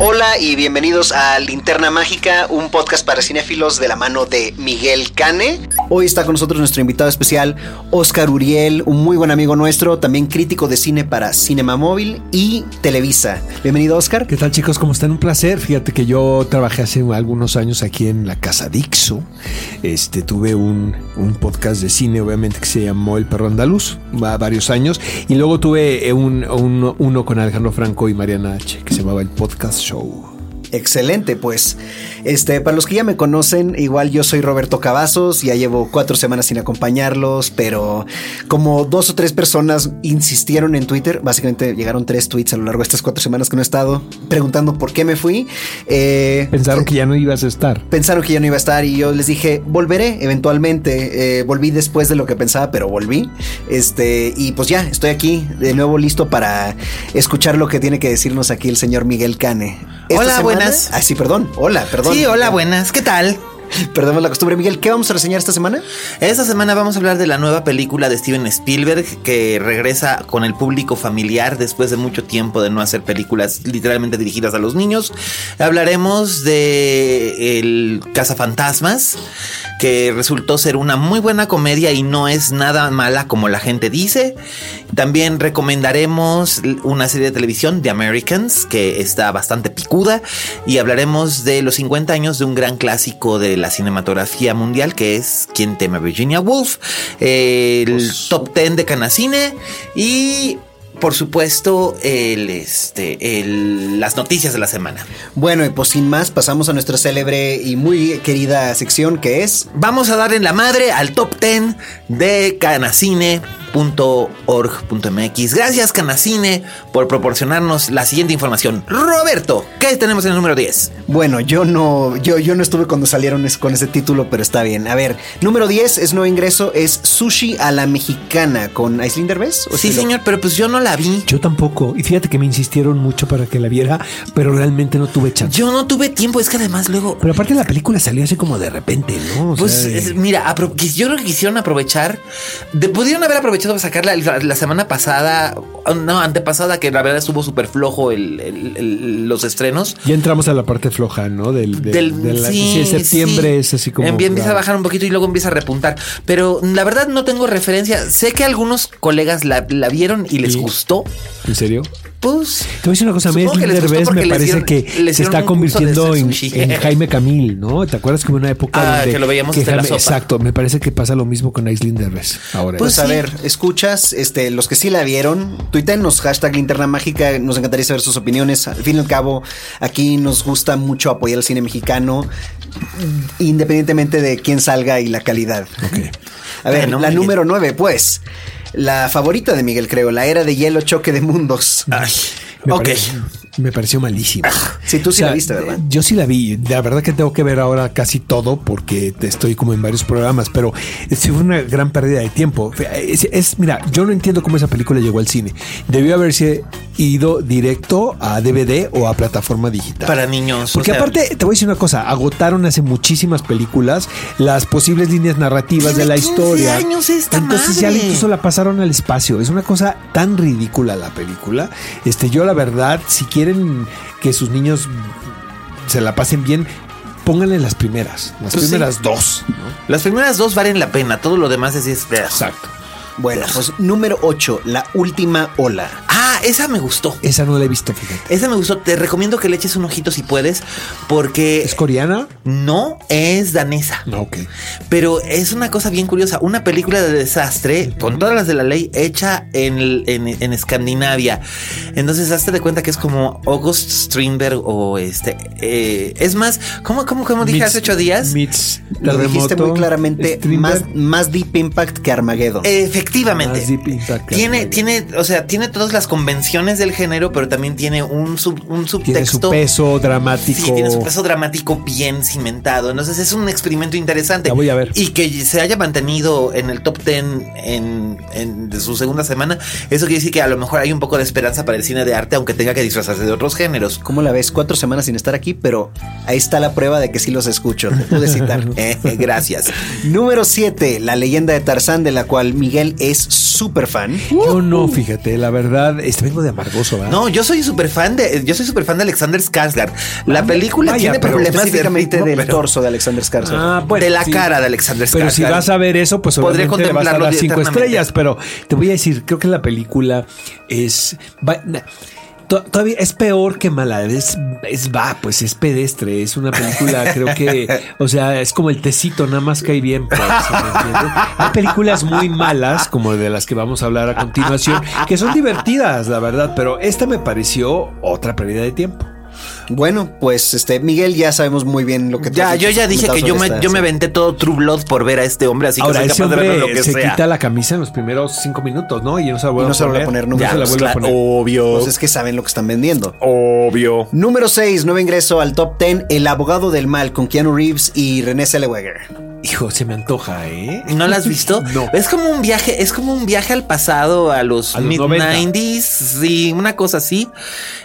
Hola y bienvenidos a Linterna Mágica, un podcast para cinéfilos de la mano de Miguel Cane. Hoy está con nosotros nuestro invitado especial, Oscar Uriel, un muy buen amigo nuestro, también crítico de cine para Cinema Móvil y Televisa. Bienvenido, Oscar. ¿Qué tal chicos? ¿Cómo están? Un placer. Fíjate que yo trabajé hace algunos años aquí en la Casa Dixo. Este, tuve un, un podcast de cine, obviamente, que se llamó El Perro Andaluz, va varios años. Y luego tuve eh, un, un- uno con Alejandro Franco y Mariana H, que se llamaba El Podcast Show. Excelente, pues. Este, para los que ya me conocen, igual yo soy Roberto Cavazos, ya llevo cuatro semanas sin acompañarlos, pero como dos o tres personas insistieron en Twitter, básicamente llegaron tres tweets a lo largo de estas cuatro semanas que no he estado, preguntando por qué me fui. Eh, Pensaron que ya no ibas a estar. pensaron que yo no iba a estar y yo les dije, volveré eventualmente. Eh, volví después de lo que pensaba, pero volví. Este, y pues ya, estoy aquí de nuevo listo para escuchar lo que tiene que decirnos aquí el señor Miguel Cane. Esta Hola, buenas. Ah, sí, perdón. Hola, perdón. Sí, hola, buenas, ¿qué tal? Perdemos la costumbre, Miguel. ¿Qué vamos a reseñar esta semana? Esta semana vamos a hablar de la nueva película de Steven Spielberg que regresa con el público familiar después de mucho tiempo de no hacer películas literalmente dirigidas a los niños. Hablaremos de El Cazafantasmas, que resultó ser una muy buena comedia y no es nada mala como la gente dice. También recomendaremos una serie de televisión, The Americans, que está bastante picuda, y hablaremos de los 50 años de un gran clásico de la cinematografía mundial, que es Quien teme a Virginia Woolf, el top 10 de Canacine y... Por supuesto, el, este, el- las noticias de la semana. Bueno, y pues sin más, pasamos a nuestra célebre y muy querida sección que es. Vamos a dar en la madre al top 10 de canacine.org.mx. Gracias, Canacine, por proporcionarnos la siguiente información. Roberto, ¿qué tenemos en el número 10? Bueno, yo no, yo, yo no estuve cuando salieron es- con ese título, pero está bien. A ver, número 10 es nuevo ingreso, es Sushi a la Mexicana con Aislinn Derbez. ¿o Sí, estoy señor, pero pues yo no la vi. Yo tampoco. Y fíjate que me insistieron mucho para que la viera, pero realmente no tuve chance. Yo no tuve tiempo, es que además luego. Pero aparte la película salió así como de repente, ¿no? O Pues sea, de- es- mira, apro- quis- yo creo que quisieron aprovechar. de- pudieron haber aprovechado para sacarla la, la semana pasada, no, antepasada, que la verdad estuvo súper flojo el- el- el- los estrenos. Ya entramos a la parte floja, ¿no? Del, del, del, de la- sí, sí, septiembre sí. es así como. Empie- empieza a ah, bajar un poquito y luego empieza a repuntar. Pero la verdad no tengo referencia. Sé que algunos colegas la, la vieron y les Sí. gustó. ¿En serio? Pues Te voy a decir una cosa, a mí Supongo que Aislinn les gustó Derbez porque me les parece dieron- que les se está dieron un curso de convirtiendo en, sushi. en Jaime Camil, ¿no? ¿Te acuerdas que hubo una época Ah, donde que lo veíamos desde la sopa. Exacto, me parece que pasa lo mismo con Aislinn Derbez ahora. Pues Pues a sí. ver, escuchas, este, los que sí la vieron, tuítenos hashtag linterna mágica, nos encantaría saber sus opiniones. Al fin y al cabo, aquí nos gusta mucho apoyar el cine mexicano, independientemente de quién salga y la calidad. A ver, Bueno, la Miguel. número 9, pues. La favorita de Miguel, creo, la era de hielo choque de mundos. Ay, Me ok. pareció- me pareció malísima. Sí, tú sí la viste, ¿verdad? Yo sí la vi. La verdad que tengo que ver ahora casi todo porque estoy como en varios programas, pero sí fue una gran pérdida de tiempo. Es, es- mira, yo no entiendo cómo esa película llegó al cine. Debió haberse ido directo a DVD o a plataforma digital. Para niños, o Porque sea- aparte, te voy a decir una cosa, agotaron hace muchísimas películas las posibles líneas narrativas Tiene de la 15 historia. años esta Entonces ya madre. incluso la pasaron al espacio. Es una cosa tan ridícula la película. Este, yo la verdad, si quieren que sus niños se la pasen bien, pónganle las primeras, las Pues sí. primeras dos. Las primeras dos valen la pena. Todo lo demás es. es- Exacto. Bueno, pues número 8, la última ola. Ah, esa me gustó. Esa no la he visto, fíjate. Esa me gustó. Te recomiendo que le eches un ojito si puedes, porque ¿Es coreana? no es danesa. No, ok. Pero es una cosa bien curiosa, una película de desastre, con todas las de la ley, hecha en, el- en- en Escandinavia. Entonces, hazte de cuenta que es como August Strindberg o este... eh, es más, ¿cómo, cómo, cómo dije hace ocho días? Mits, Lo dijiste terremoto, muy claramente, Strindberg. más, más Deep Impact que Armageddon. Eh. Efectivamente. Más Deep Impact que Tiene, Armageddon. tiene, o sea, tiene todas las convenciones del género, pero también tiene un, sub- un subtexto. Tiene su peso dramático. Sí, tiene su peso dramático bien cimentado. Entonces es un experimento interesante. La voy a ver. Y que se haya mantenido en el top 10 en, en- de su segunda semana, eso quiere decir que a lo mejor hay un poco de esperanza para el cine de arte, aunque tenga que disfrazarse de otros géneros. ¿Cómo la ves? Cuatro semanas sin estar aquí, pero ahí está la prueba de que sí los escucho. Te pude citar. Eh, gracias. Número 7, la leyenda de Tarzán, de la cual Miguel es súper fan. Yo no, fíjate, la verdad, este vengo de amargoso, ¿verdad? No, yo soy súper fan de, yo soy súper fan de Alexander Skarsgård. La película Ah, vaya, tiene pero problemas de Específicamente ritmo, del pero- torso de Alexander Skarsgård. Ah, bueno, de la sí. cara de Alexander Skarsgård. Pero si vas a ver eso, pues Podría obviamente le vas a contemplarlo dar cinco eternamente. estrellas. Pero te voy a decir, creo que la película es. va- na- to- Todavía es peor que mala, es, es va, pues es pedestre, es una película, creo que, o sea, es como el tecito, nada más cae bien. pues, ¿sí me entiendes? Hay películas muy malas, como de las que vamos a hablar a continuación, que son divertidas, la verdad, pero esta me pareció otra pérdida de tiempo. Bueno, pues este Miguel ya sabemos muy bien lo que tú Ya, has yo ya dije comentado que yo sobre me, esta, yo sí. me aventé todo True Blood por ver a este hombre, así que Ahora, soy ese capaz de verlo hombre lo que se sea. quita la camisa en los primeros cinco minutos, ¿no? Y no se la Y vuelve no se la vuelve a poner nunca. No se la pues, vuelve a claro, poner. Obvio. Pues es que saben lo que están vendiendo. obvio. Número 6, nuevo ingreso al top 10, El abogado del mal con Keanu Reeves y René Zellweger. Hijo, se me antoja, ¿eh? ¿No la has visto? No. Es como un viaje, es como un viaje al pasado, a los, A los mid 90. 90s, sí, una cosa así.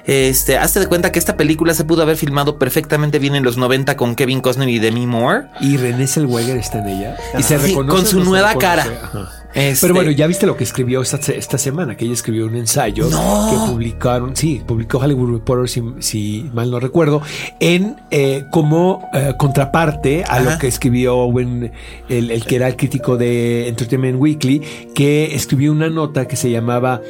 Este, hazte de cuenta que esta película se pudo haber filmado perfectamente bien en los 90 con Kevin Costner y Demi Moore. Y René Zellweger está en ella. Y se Sí, reconoce. con su o no se nueva reconoce? cara. ¿eh? Ajá. Este- Pero bueno, ya viste lo que escribió esta, esta semana, que ella escribió un ensayo que publicaron, sí, publicó Hollywood Reporter, si, si mal no recuerdo, en eh, como eh, contraparte a Ajá. lo que escribió Owen, el, el que era el crítico de Entertainment Weekly, que escribió una nota que se llamaba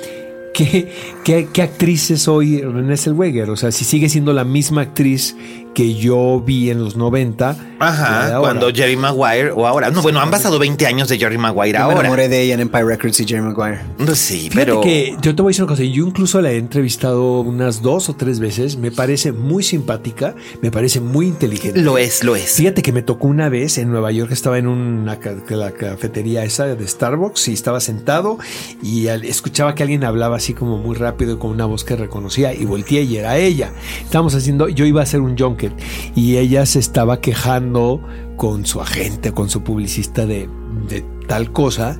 ¿Qué, qué, qué actriz es hoy Renée Zellweger? O sea, si sigue siendo la misma actriz que yo vi en los 90. la de Ajá, ahora. cuando Jerry Maguire o ahora. No, bueno, han pasado 20 años de Jerry Yo Maguire me ahora. enamoré de ella en Empire Records y Jerry Maguire. No, Sí, Fíjate pero. que yo te voy a decir una cosa, yo incluso la he entrevistado unas dos o tres veces, me parece muy simpática, me parece muy inteligente. Lo es, lo es. Fíjate que me tocó una vez en Nueva York, estaba en una ca- la cafetería esa de Starbucks y estaba sentado y al- escuchaba que alguien hablaba así como muy rápido con una voz que reconocía y volteé y era ella. Estábamos haciendo, yo iba a hacer un junket y ella se estaba quejando con su agente, con su publicista de, de tal cosa.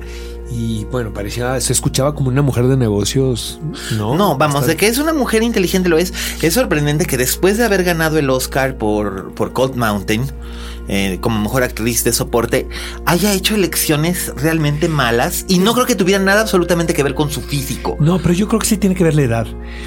Y bueno, parecía, se escuchaba como una mujer de negocios, ¿no? No, vamos, de que es una mujer inteligente lo es. Es sorprendente que después de haber ganado el Oscar por, por Cold Mountain, eh, como mejor actriz de soporte, haya hecho elecciones realmente malas y no creo que tuvieran nada absolutamente que ver con su físico. No, pero yo creo que sí tiene que ver la edad.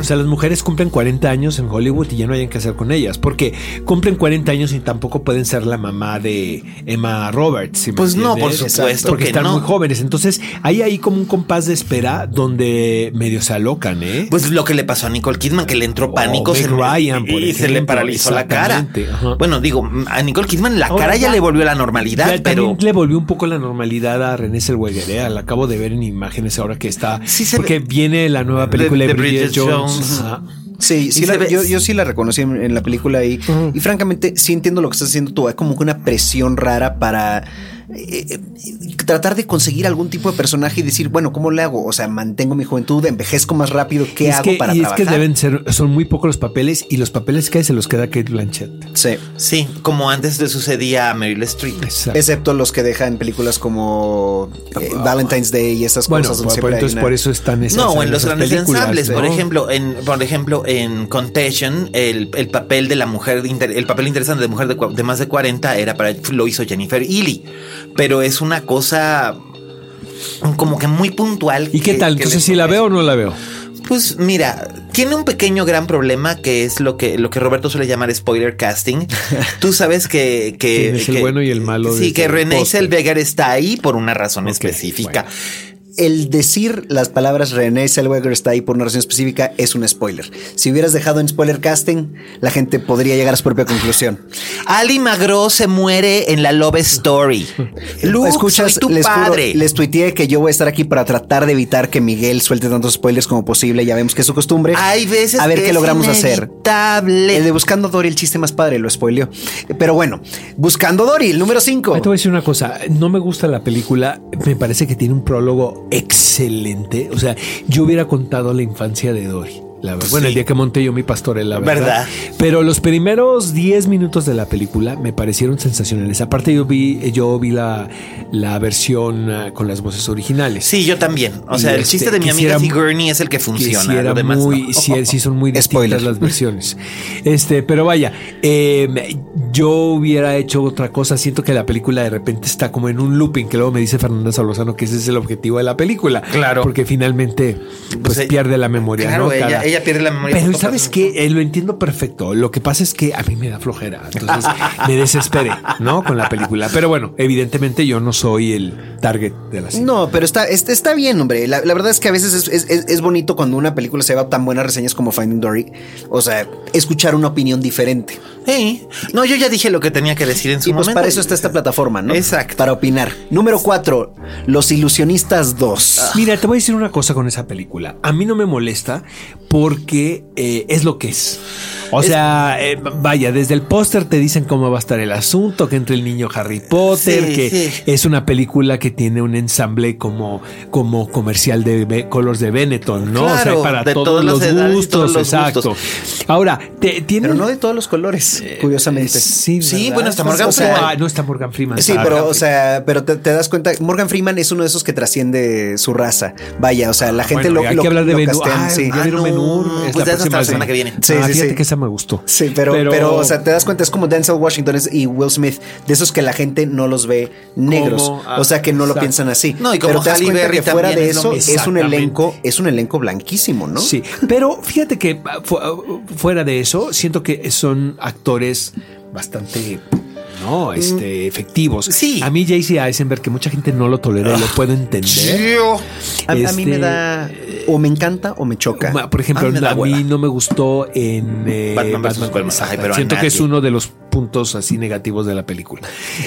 o sea, las mujeres cumplen 40 años en Hollywood y ya no hayan que hacer con ellas, porque cumplen 40 años y tampoco pueden ser la mamá de Emma Roberts. ¿sí me Pues no, entiendes? por supuesto porque que están no. muy jóvenes. Entonces, hay ahí como un compás de espera donde medio se alocan, ¿eh? Pues lo que le pasó a Nicole Kidman, que le entró O pánico Oh, Meg se- Ryan, por y se le ejemplo, paralizó la cara. exactamente, ajá. Bueno, digo, a Nicole Kidman la Ahora cara ya ya- le volvió a la Ya normalidad, pero también le volvió un poco la normalidad a René Zellweger, ¿eh? la acabo de ver en imágenes ahora que está, Sí se porque ve- viene la nueva película de, de Bridget, Bridget Jones. Jones. Ajá. Sí, sí se la- ve- yo, yo sí la reconocí en, en la película y, y francamente sí entiendo lo que estás haciendo tú. Hay como que una presión rara para eh, eh, tratar de conseguir algún tipo de personaje y decir, bueno, ¿cómo le hago? O sea, mantengo mi juventud, envejezco más rápido, ¿qué es hago que, para y trabajar? es que deben ser, son muy pocos los papeles y los papeles que hay se los queda Kate Blanchett. Sí, sí, como antes le sucedía a Meryl Streep. Exacto. excepto los que dejan películas como eh, Ah, Valentine's Day y esas bueno, cosas. donde por- por- siempre hay entonces una- por eso están esas No, en los esas grandes películas, ensambles, por ¿no? ejemplo, en por ejemplo en Contagion, el, el papel de la mujer inter- el papel interesante de mujer de, cua- de más de 40 era para lo hizo Jennifer Ely, pero es una cosa como que muy puntual. ¿Y qué que- tal? que Entonces, les si la toca veo o no la veo. pues mira, tiene un pequeño gran problema que es lo que, lo que Roberto suele llamar spoiler casting. Tú sabes que, que, ¿Quién es el que- bueno y el malo este Sí, desde que el Renée póster? Zellweger está ahí por una razón específica. el decir las palabras René Zellweger está ahí por una razón específica es un spoiler. Si hubieras dejado en spoiler casting, la gente podría llegar a su propia conclusión. Ali Magro se muere en la Love Story. Luke, Escuchas, soy tu les, juro, padre. les tuiteé que yo voy a estar aquí para tratar de evitar que Miguel suelte tantos spoilers como posible. Ya vemos que es su costumbre. Hay veces A ver que qué es logramos hacer. inevitable. El de Buscando a Dory, el chiste más padre, lo spoileó. Pero bueno, Buscando a Dory, el número 5. Ahí te voy a decir una cosa, no me gusta la película, me parece que tiene un prólogo excelente, o sea, yo hubiera contado la infancia de Dory. La verdad. Bueno, el día que monté yo mi pastorela, ¿verdad? Verdad. Pero los primeros 10 minutos de la película me parecieron sensacionales. Aparte yo vi, yo vi la, la versión ah, con las voces originales. Sí, yo también. O Y sea, el este, chiste de mi amiga quisiera- Sigourney es el que que funciona. sí lo era demás muy, no. sí, sí son muy distintas Spoiler. las versiones. Este, pero vaya, eh, yo hubiera hecho otra cosa. Siento que la película de repente está como en un looping, que luego me dice Fernanda Salozano que ese es el objetivo de la película. Claro. Porque finalmente pues, Pues ella- pierde la memoria. claro, ¿no? ella- ella pierde la memoria. Pero sabes que lo entiendo perfecto. Lo que pasa es que a mí me da flojera. Entonces me desesperé, ¿no? Con la película. Pero bueno, evidentemente yo no soy el target de la cinta. No, pero está, está, está bien, hombre. La, la verdad es que a veces es, es- es- es bonito cuando una película se va tan buenas reseñas como Finding Dory. O sea, escuchar una opinión diferente. Sí. No, yo ya dije lo que tenía que decir en su Y pues momento. para eso está esta plataforma, ¿no? Exacto. Para opinar. Número 4, Los Ilusionistas Ah. 2. Mira, te voy a decir una cosa con esa película. A mí no me molesta porque eh, es lo que es. O sea, eh, vaya, desde el póster te dicen cómo va a estar el asunto, que entre el niño Harry Potter, Sí, que sí. es una película que tiene un ensamble como, como comercial de Be- Colors de Benetton, ¿no? o Claro, sea, para de todos, todas las los edades, gustos, todos los exacto. Ahora, te, tiene Pero no de todos los colores, curiosamente. Eh, Sí, Sí, ¿verdad? bueno, está Morgan O sea, Freeman. ah, no está Morgan Freeman. Sí, está pero, Morgan o sea, pero te, te das cuenta, Morgan Freeman es uno de esos que trasciende su raza. Vaya, o sea, la gente Bueno, lo, hay lo- que hablar de lo Benur. castean, Ah, sí. ya Ah, vieron no. Benur. Pues ya es hasta la semana que viene. Sí, Sí, sí, fíjate sí. que esa me gustó. Sí, pero, pero, o sea, te das cuenta, es como Denzel Washington es- y Will Smith, de esos que la gente no los ve negros, Ah, o sea, que no lo exacto. piensan así. No, y como pero te das Halle cuenta Berry que fuera también de es eso lo mismo. es un Exactamente. elenco, es un elenco blanquísimo, ¿no? Sí, pero fíjate que ah, fu- ah, fuera de eso, siento que son actores bastante no este efectivos. Sí. A mí JC Eisenberg que mucha gente no lo tolera, lo puedo este entender. A, a mí Este, me da o me encanta o me choca. Ma- Por ejemplo, A a mí mí, me da hueva. no me gustó en eh, Batman versus Superman. exacto. Ay, pero a Siento que nadie. es uno de los puntos así negativos de la película.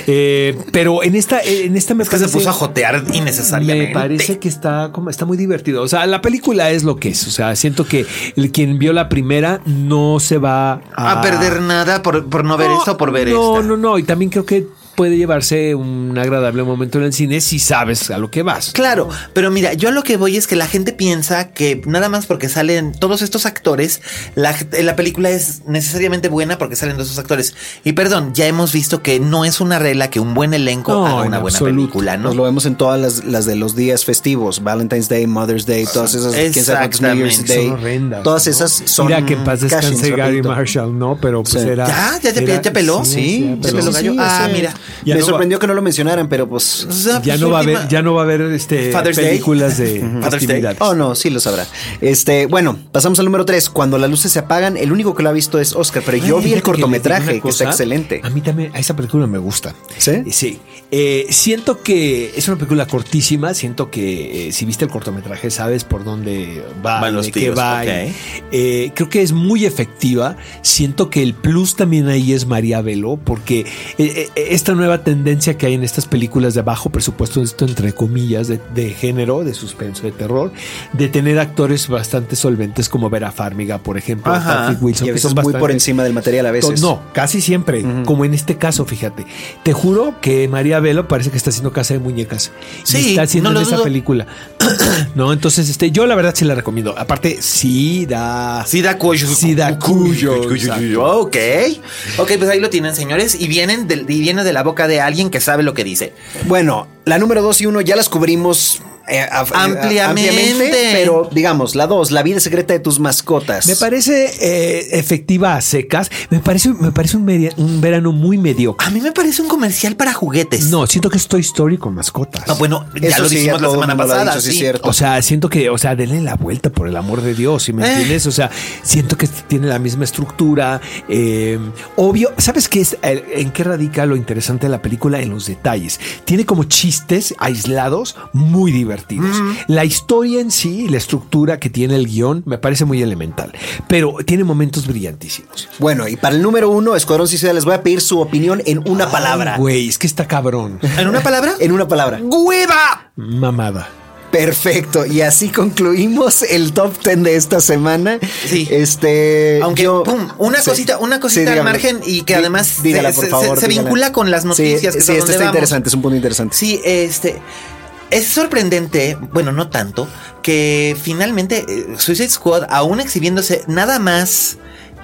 Eh, pero en esta, en esta me Es que se parece- puso a jotear innecesariamente. Me parece que está como está muy divertido. O sea, la película es lo que es. O sea, siento que el quien vio la primera no se va a, A Ah. perder nada por, por no ver No, esto, por ver No, esto. no, no. Y también creo que puede llevarse un agradable momento en el cine si sabes a lo que vas. Claro, pero mira, yo a lo que voy es que la gente piensa que nada más porque salen todos estos actores, la, la película es necesariamente buena porque salen todos esos actores. Y perdón, ya hemos visto que no es una regla que un buen elenco No, haga en una buena absoluto. película, ¿no? Pues lo vemos en todas las, las de los días festivos, Valentine's Day, Mother's Day, todas esas, quién sabe cuántos New Year's Exactamente. Day. Son horrendas, todas ¿no? esas son. Mira que en paz cashings, descanse Gary rapidito. Marshall, ¿no? Pero pues Sí. era. Ya, ya, ya, era- ya peló. ya Sí, ya peló. peló gallo. Sí, Ah, sí. mira. Ya Me no va- sorprendió que no lo mencionaran, pero pues. O sea, Ya pues, no va a última- haber, ya no va a haber este Father's Day. películas de Father's Day. actividades. Oh, no, sí lo sabrá. Este, bueno, pasamos al número 3. Cuando las luces se apagan, el único que lo ha visto es Oscar, pero yo Ay, vi fíjate el que les cortometraje, digo que una está cosa. excelente. A mí también, a esa película me gusta. ¿Sí? Sí. Eh, siento que es una película cortísima. Siento que eh, si viste el cortometraje, sabes por dónde va, Van los de qué tiros, va. y, ok. eh, creo que es muy efectiva. Siento que el plus también ahí es María Velo, porque eh, eh, esta nueva tendencia que hay en estas películas de bajo presupuesto, esto entre comillas, de, de género, de suspenso, de terror, de tener actores bastante solventes como Vera Farmiga, por ejemplo, Ajá. Patrick Y Wilson, a que veces son muy por bastante- encima del material, a veces. no, casi siempre, como en este caso, fíjate. Te juro que María Velo parece que está haciendo casa de muñecas. Y Sí, está haciendo no lo en esa dudo. película. no, entonces este, yo la verdad sí la recomiendo. Aparte, sí da. Sí da cuyo. Sí da cuyo, exacto. Ok. Ok, pues ahí lo tienen, señores. Y, vienen del- y viene de la boca de alguien que sabe lo que dice. Bueno, la número 2 y 1 ya las cubrimos eh, a- Ampliamente. Pero digamos, la 2, la vida secreta de tus mascotas. Me parece eh, efectiva a secas. Me parece, me parece un, media- un verano muy mediocre. A mí me parece un comercial para juguetes. No, siento que estoy Story con mascotas. Ah, bueno, ya Eso lo sí, dijimos ya la todo el semana mundo lo ha pasada. dicho, sí, sí. cierto. O sea, siento que, o sea, denle la vuelta por el amor de Dios, ¿sí me Eh. entiendes? O sea, siento que tiene la misma estructura. eh, obvio, ¿sabes qué es? eh, ¿En qué radica lo interesante de la película? En los detalles. Tiene como chistes aislados muy divertidos. La historia en sí, la estructura que tiene el guión, me parece muy elemental, pero tiene momentos brillantísimos. Bueno, y para el número uno, Escuadrón Suicida, les voy a pedir su opinión en una palabra. Ay, Ah, Güey, es que está cabrón. ¿En una palabra? En una palabra. ¡Hueva! Mamada. Perfecto. Y así concluimos el top 10 de esta semana. Sí. Este. Aunque, yo- pum, una Sí. cosita, una cosita Sí, al dígame. margen y que Dí- además se- dígala, se, por se- favor, se dígala. vincula con las Sí, noticias. que Sí, esto son donde está vamos. interesante, es un punto interesante. Sí, este. Es sorprendente, bueno, no tanto, que finalmente eh, Suicide Squad, aún exhibiéndose nada más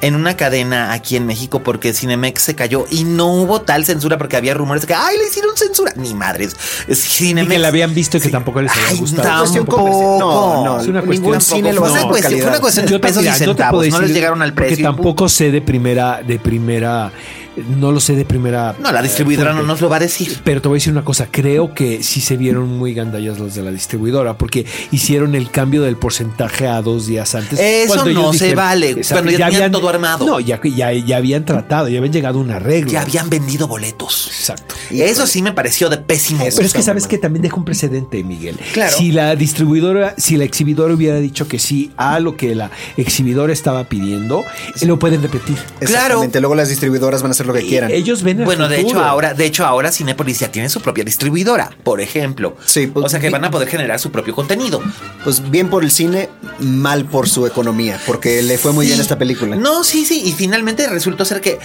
en una cadena aquí en México, porque Cinemex se cayó y no hubo tal censura porque había rumores de que, ¡ay, le hicieron censura! Ni madres. Es Y Cinemex. que la habían visto y que tampoco les había Ay, gustado. Una cuestión Tampoco. comercial. No, no, Es una ningún cuestión cine tampoco- lo va a hacer No, por fue una calidad. cuestión de Yo pesos y mira, no te centavos, puedo no les decir, llegaron al Porque precio. tampoco sé de primera, de primera, no lo sé de primera. No, la distribuidora no fuente. nos lo va a decir. Pero te voy a decir una cosa, creo que sí se vieron muy gandallas los de la distribuidora, porque hicieron el cambio del porcentaje a dos días antes. Eso no se vale, Exacto, cuando ya tenían todo armado. No, ya, ya, ya habían tratado, ya habían llegado a un arreglo. Ya habían vendido boletos. Exacto. Eso sí me pareció de pésimo. Pero es que gusto. sabes que también deja un precedente, Miguel. Claro. Si la distribuidora, si la exhibidora hubiera dicho que sí a lo que la exhibidora estaba pidiendo, lo pueden repetir. Exactamente, Luego las distribuidoras van a hacer Eh, lo que quieran. Ellos ven. al Bueno, de hecho futuro. ahora, de hecho ahora Cinépolis ya tiene su propia distribuidora, por ejemplo. Sí, pues- o sea que van a poder generar su propio contenido. Pues bien por el cine, mal por su economía, porque le fue muy bien Sí. esta película. No, sí, sí, y finalmente resultó ser que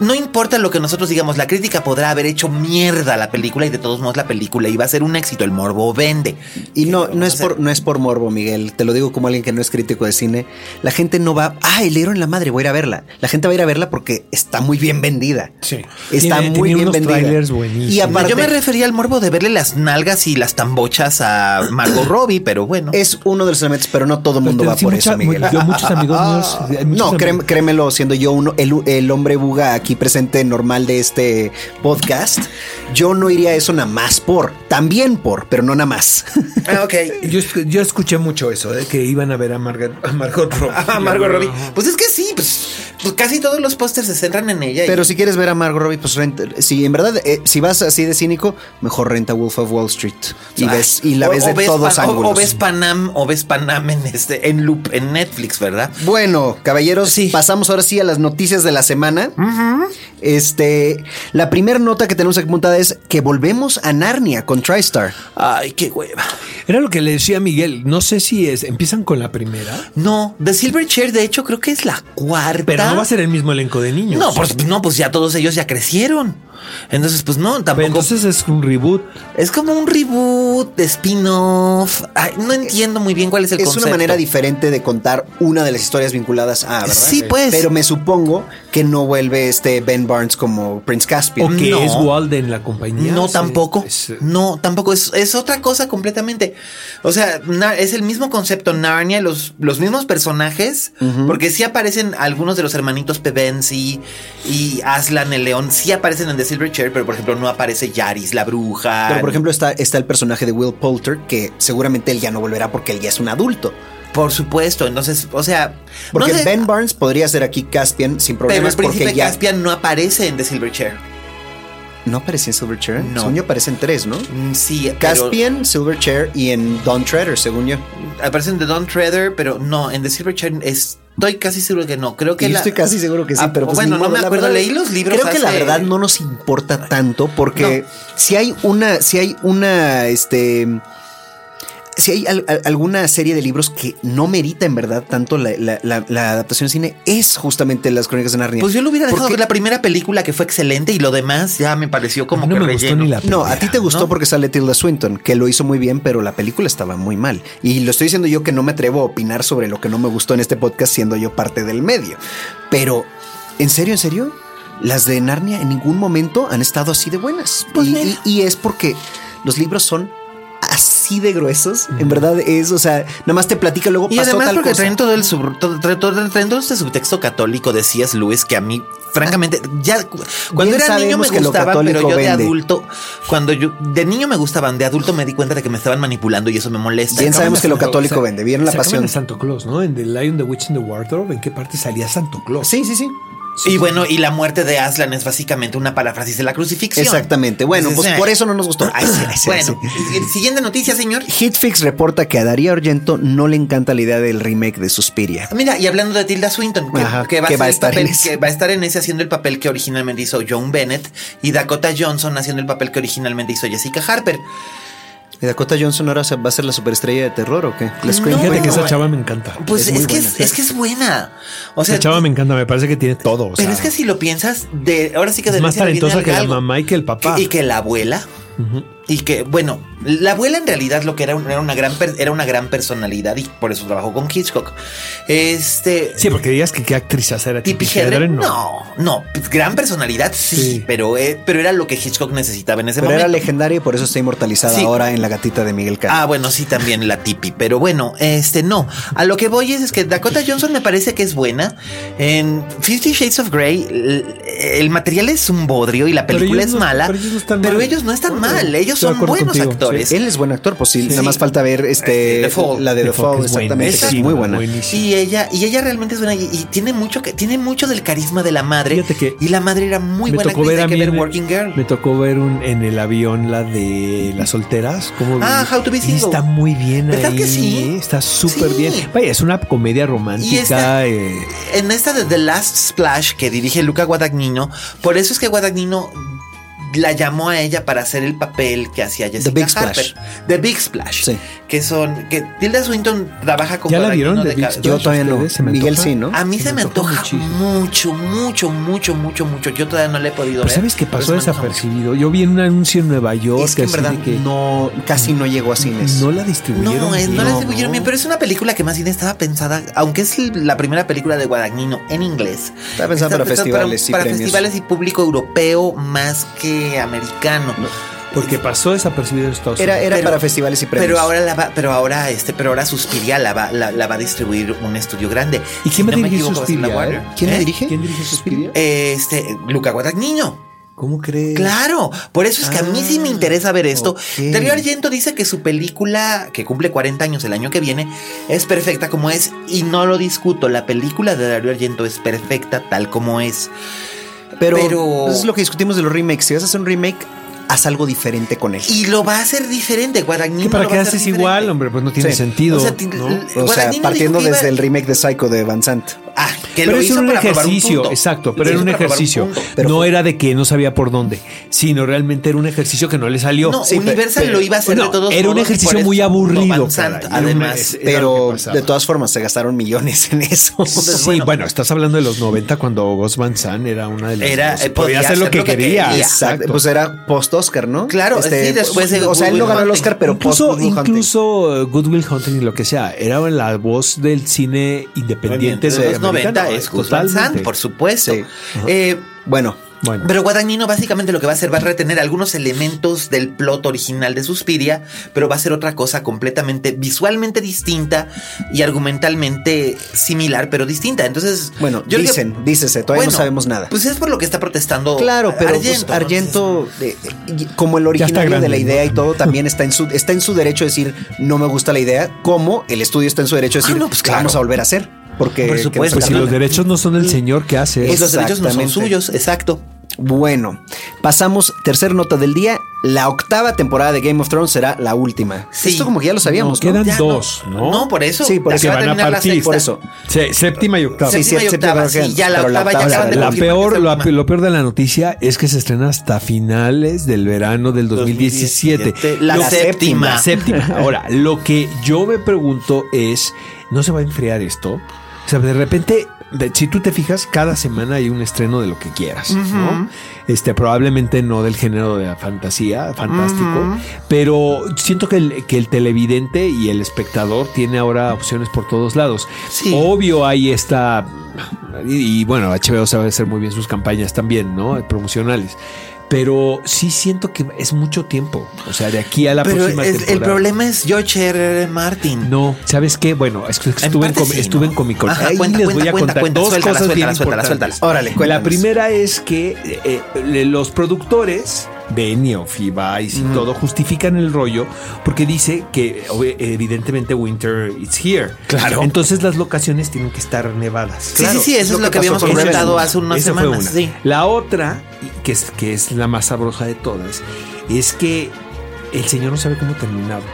no importa lo que nosotros digamos, la crítica podrá haber hecho mierda la película y de todos modos la película iba a ser un éxito, el morbo vende. Y no, Vamos no a es, por, hacer- no es por morbo, Miguel. Te lo digo como alguien que no es crítico de cine. La gente no va, ay, le dieron la madre, voy a ir a verla. La gente va a ir a verla porque está muy bien vendida. Sí. Está Tiene- muy tenía bien unos vendida. trailers buenísimos. Y aparte, Yo me refería al morbo de verle las nalgas y las tambochas a Margot Robbie, pero bueno. es uno de los elementos, pero no todo el Pero mundo te- va sí, por mucha- eso, Miguel. Ah. mu- yo muchos amigos míos- Ah. muchos no, amigos- créem- créemelo, siendo yo uno, el, el hombre buga aquí presente normal de este podcast, yo no iría a eso nada más por, también por, pero no nada más. Ah, ok. Yo, esc- yo escuché mucho eso, de que iban a ver a, Marga- a Margot Robbie. Ah, Margot Robbie. Pues es que sí, pues, pues casi todos los pósters se centran en ella. y- Pero si quieres ver a Margot Robbie, pues renta. Si en verdad, eh, si vas así de cínico, mejor renta Wolf of Wall Street. Y, Ay, ves, y la o- ves o de todos Pan- o- ángulos. O, ves Panam, o ves Panam en este, en loop, en Netflix, ¿verdad? Bueno, caballeros, Sí. pasamos ahora sí a las noticias de la semana. Este, la primera nota que tenemos apuntada es que volvemos a Narnia con TriStar. Ay, qué hueva. Era lo que le decía a Miguel. No sé si es. Empiezan con la primera. No, The Silver Chair, de hecho, creo que es la cuarta. Pero no va a ser el mismo elenco de niños. No, pues no, pues ya todos ellos ya crecieron. Entonces, pues no, tampoco. Pero entonces es un reboot. es como un reboot, de spin-off. Ay, No entiendo muy bien cuál es el es concepto. una manera diferente de contar una de las historias vinculadas a, ¿verdad? Sí, pues. Pero me supongo que no vuelve este Ben Barnes como Prince Caspian. O Que No. es Walden la compañía. No, Sí, tampoco. es- eh, No, tampoco. Es, es otra cosa completamente. O sea, na- es el mismo concepto Narnia, los, los mismos personajes, porque sí aparecen algunos de los hermanitos Pevensi y Aslan el León, sí aparecen en The Silver Chair, pero por ejemplo no aparece Yaris, la bruja. Pero por ejemplo está, está el personaje de Will Poulter, que seguramente él ya no volverá porque él ya es un adulto. Por supuesto, entonces, o sea... Porque no sé, Ben Barnes podría ser aquí Caspian sin pero problemas el príncipe porque ya Caspian no aparece en The Silver Chair. no aparecía en Silverchair. No. Según yo aparecen tres, ¿no? Mm, Sí, pero- Caspian, Silverchair y en Don Treader, según yo. aparece en The Don Treader, pero no, en The Silver Chain estoy casi seguro que no. Creo que yo la- estoy casi seguro que sí, Ah, pero pues bueno, ni no modo, me la acuerdo. verdad- leí los libros. Creo que la hace- verdad no nos importa tanto porque No. si hay una, si hay una, este, si hay al- al- alguna serie de libros que no merita en verdad tanto la, la- la- la adaptación al cine es justamente las Crónicas de Narnia. Pues yo lo hubiera dejado Porque- ver la primera película que fue excelente y lo demás ya me pareció como No que me gustó relleno. ni la No, a ti te gustó ¿no? porque sale Tilda Swinton, que lo hizo muy bien, pero la película estaba muy mal. Y lo estoy diciendo yo que no me atrevo a opinar sobre lo que no me gustó en este podcast, siendo yo parte del medio. Pero, ¿en serio, en serio? Las de Narnia en ningún momento han estado así de buenas. Pues y, mira. y- y es porque los libros son así de gruesos. En verdad es, o sea, nada más te platica luego Y pasó además tal porque cosa. traen todo el sub- todo, traen todo- traen todo este subtexto católico de C.S. Lewis que a mí francamente ya cu- cuando Bien era niño me sabemos que lo gustaban, pero católico yo de vende. adulto cuando yo de niño me gustaban, de adulto me di cuenta de que me estaban manipulando y eso me molesta. Bien sabemos Acaban que lo de Santo- católico sa- vende. ¿Vieron la sacaban pasión? a Santo Claus, ¿no? En The Lion, The Witch and the Wardrobe, ¿en qué parte salía Santo Claus? Sí, sí, sí. Y bueno, y la muerte de Aslan es básicamente una paráfrasis de la crucifixión. Exactamente. Bueno, Entonces, pues eh, por eso no nos gustó. Ay, sí, ay, sí, ay, Bueno, sí. y- y- siguiente noticia, señor. Hitfix reporta que a Darío Argento no le encanta la idea del remake de Suspiria. Mira, y hablando de Tilda Swinton, que, Ajá, que va, que a va ser a el estar papel- en ese. que va a estar en ese haciendo el papel que originalmente hizo John Bennett y Dakota Johnson haciendo el papel que originalmente hizo Jessica Harper. ¿Y Dakota Johnson ahora se- va a ser la superestrella de terror o qué? La Scream. No, Fíjate que bueno, esa bueno. chava me encanta. Pues Es es, muy que buena. es, es que es buena. O sea, Esa chava me encanta, me parece que tiene todo. o pero sea, es que si lo piensas, de ahora sí que de es más Alicia le viene talentosa que la algo. mamá y que el papá. Que- y que la abuela. Y que, bueno, la abuela en realidad lo que era, un- era una gran per- era una gran personalidad y por eso trabajó con Hitchcock. Este. Sí, porque digas que qué actriz era Tippi Hedren, no. no, gran personalidad sí, Sí. Pero, eh, pero era lo que Hitchcock necesitaba en ese Pero momento. era legendaria y por eso está inmortalizada Sí. ahora en la gatita de Miguel Cano. Ah, bueno, sí, también la tipi. Pero bueno, este no. A lo que voy es, es que Dakota Johnson me parece que es buena. En Fifty Shades of Grey, el, el material es un bodrio y la Pero película ellos es no- mala. pero ellos no están pero mal. ellos no están Estoy mal. Ellos de son acuerdo buenos contigo, actores. Él es buen actor, pues sí. Sí. Nada más falta ver este, The Fall. la de The, Fall, exactamente. que es muy buena. Y ella, y ella realmente es buena y, y tiene mucho que, tiene mucho del carisma de la madre. Fíjate que y la madre era muy buena actriz, hay que ver Working Girl. Me tocó ver un, en el avión la de las solteras. ¿cómo Ah, vi? How to Be Y Single. Está muy bien ¿Verdad ahí, que sí? ¿eh? Está súper Sí. bien. Vaya, es una comedia Y esta- romántica. eh, en esta de The Last Splash que dirige Luca Guadagnino, por eso es que Guadagnino la llamó a ella para hacer el papel que hacía Jessica Big Splash. Harper. The Big Splash. Sí. Que son que Tilda Swinton trabaja con ¿Ya la Guadagnino vieron? de The Big ca- Splash? Yo todavía no. ¿Ustedes? Se me Miguel antoja. sí, ¿no? A mí se, me, antoja muchísimo. mucho, mucho, mucho, mucho, mucho. Yo todavía no la he podido Pero ver. ¿sabes qué pasó pero se me antoja mucho. desapercibido? Yo vi en un anuncio en Nueva York Es que en así de verdad que no, casi no llegó a cines. no la distribuyeron. No, es- no la bien. distribuyeron bien, pero es una película que más bien estaba pensada, aunque es la primera película de Guadagnino en inglés. Estaba pensada para festivales y para premios. festivales y público europeo más que americano. Porque pasó desapercibido en Estados Era, Unidos. era Pero- para festivales y premios. Pero ahora la va, pero ahora este, pero ahora Suspiria la va, la, la va a distribuir un estudio grande. ¿Y quién va a me dirigir equivoco, va a ser la Suspiria, Warner. eh? ¿Quién la ¿Eh? dirige? ¿Quién dirige Suspiria? Este, Luca Guadagnino. ¿Cómo crees? Claro, por eso es que a mí sí Ah, me interesa ver esto. ok. Darío Argento dice que su película, que cumple 40 años el año que viene, es perfecta como es y no lo discuto. La película de Darío Argento es perfecta tal como es. Pero, pero- es lo que discutimos de los remakes. Si vas a hacer un remake, haz algo diferente con él. Y lo va a hacer diferente, Guadagnino. ¿Qué para lo qué va a hacer haces igual, diferente. hombre? Pues no tiene Sí. sentido. O sea, ti- ¿no? l- o sea, Guadagnino partiendo dijo que desde iba- el remake de Psycho de Van Sant. Ah, que pero lo eso hizo era un para probar un ejercicio, punto. exacto, Lo pero era hizo un para probar un ejercicio. punto. Pero no fue- era de que no sabía por dónde, sino realmente era un ejercicio que no le salió. No, Sí, pe- Universal pe- lo iba a hacer No, de todos era un modos, y ejercicio por muy eso aburrido, Van Sant, caray, era una- además. era lo Pero que pasaba. de todas formas, se gastaron millones en eso. Sí, bueno, estás hablando de los 90 cuando Gus Van Sant era una de las Era, se eh, podía hacer lo que quería. Exacto. Pues era post-Oscar, ¿no? Este, pues, Claro, sí, después de O sea, él no Goodwill ganó el Hunting. Oscar, pero incluso, post-Goodwill Hunting. incluso eh, Goodwill Hunting y lo que sea, era la voz del cine independiente de los norteamericano, 90 es Gus Van Sant, totalmente. por supuesto. Sí. Eh, Bueno, Bueno, Pero Guadagnino básicamente lo que va a hacer va a retener algunos elementos del plot original de Suspiria, pero va a ser otra cosa completamente visualmente distinta y argumentalmente similar, pero distinta. Entonces, Bueno, creo que- dicen, dícese, todavía no Bueno, sabemos nada. Pues es por lo que está protestando. Claro, pero pues, Argento. Argento, ¿no? eh, eh, y- como el Ya está originario de la grande, ¿no? idea y todo, también está en su está en su derecho de decir no me gusta la idea, como el estudio está en su derecho de decir Ah, no, pues, "La vamos claro. a volver a hacer, porque Por que no supuesto, pues se si los tardan. derechos no son del señor, ¿qué hace? Pues los derechos no son Exactamente. suyos, exacto. bueno, pasamos tercer nota del día, la octava temporada de Game of Thrones será la última. Sí. Esto como que ya lo sabíamos, No, ¿no? quedan Ya dos, ¿no? No, por eso. Sí, por eso. Que van acaba de a terminar la partir. sexta. Por eso. Sí, séptima y octava. Sí, séptima y octava, creo que- sí, ya la pero octava ya será acaban de la- La confirmar peor, esa lo, última. lo peor de la noticia es que se estrena hasta finales del verano del 2017. 2017, la Lo- séptima. La séptima. Ahora, lo que yo me pregunto es, ¿no se va a enfriar esto? O sea, de repente, de- si tú te fijas, cada semana hay un estreno de lo que quieras, ¿no? Este, probablemente no del género de la fantasía, fantástico, pero siento que el, que el televidente y el espectador tiene ahora opciones por todos lados. Sí. Obvio hay esta... Y, y bueno, HBO sabe hacer muy bien sus campañas también, ¿no? Promocionales. Pero sí siento que es mucho tiempo. O sea, de aquí a la Pero próxima es- el temporada. problema es George R. R. Martin. No, ¿sabes qué? Bueno, es que estuve en, parte Com- sí, estuve ¿no? en Comic Con. Ajá, Ahí cuenta, les cuenta, voy a cuenta, contar cuenta, dos suéltala, cosas bien suéltala, suéltala, importantes. suéltala. Órale, La cuéntanos. primera es que eh, eh, los productores Benioff y Weiss y todo justifican el rollo porque dice que obvi- evidentemente winter is here. Claro. Entonces las locaciones tienen que estar nevadas. Sí, sí, sí, eso es lo que habíamos Esa es comentado una. hace unas Esa fue semanas. una. Sí. La otra, y- que es, que es la más sabrosa de todas, es que el señor no sabe cómo terminaba.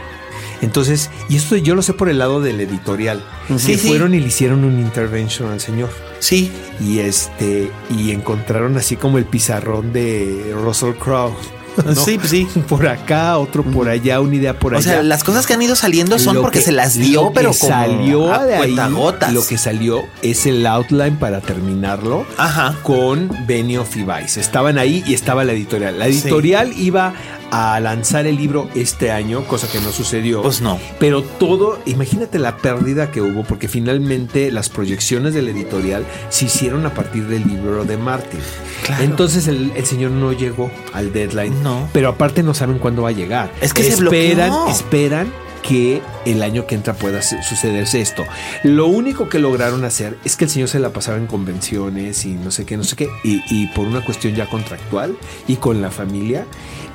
Entonces, y esto yo lo sé por el lado del editorial. Sí, que sí. fueron y le hicieron un intervention al señor. Sí, Y este, y encontraron así como el pizarrón de Russell Crowe. ¿no? sí, pues sí. Por acá, otro por allá, una idea por O allá. sea, las cosas que han ido saliendo son Lo porque que- se las dio, lo pero que como salió a de ahí, cuentagotas. lo que salió es el outline para terminarlo Ajá. con Benioff y Weiss. Estaban ahí y estaba la editorial. La editorial iba a lanzar el libro este año, cosa que no sucedió. Pues no. Pero todo, imagínate la pérdida que hubo, porque finalmente las proyecciones del editorial se hicieron a partir del libro de Martin. Claro. Entonces el, el señor no llegó al deadline. No. Pero aparte no saben cuándo va a llegar. Es que se esperan, bloqueó. esperan que el año que entra pueda su- sucederse esto. Lo único que lograron hacer es que el señor se la pasaba en convenciones y no sé qué, no sé qué, y, y por una cuestión ya contractual y con la familia,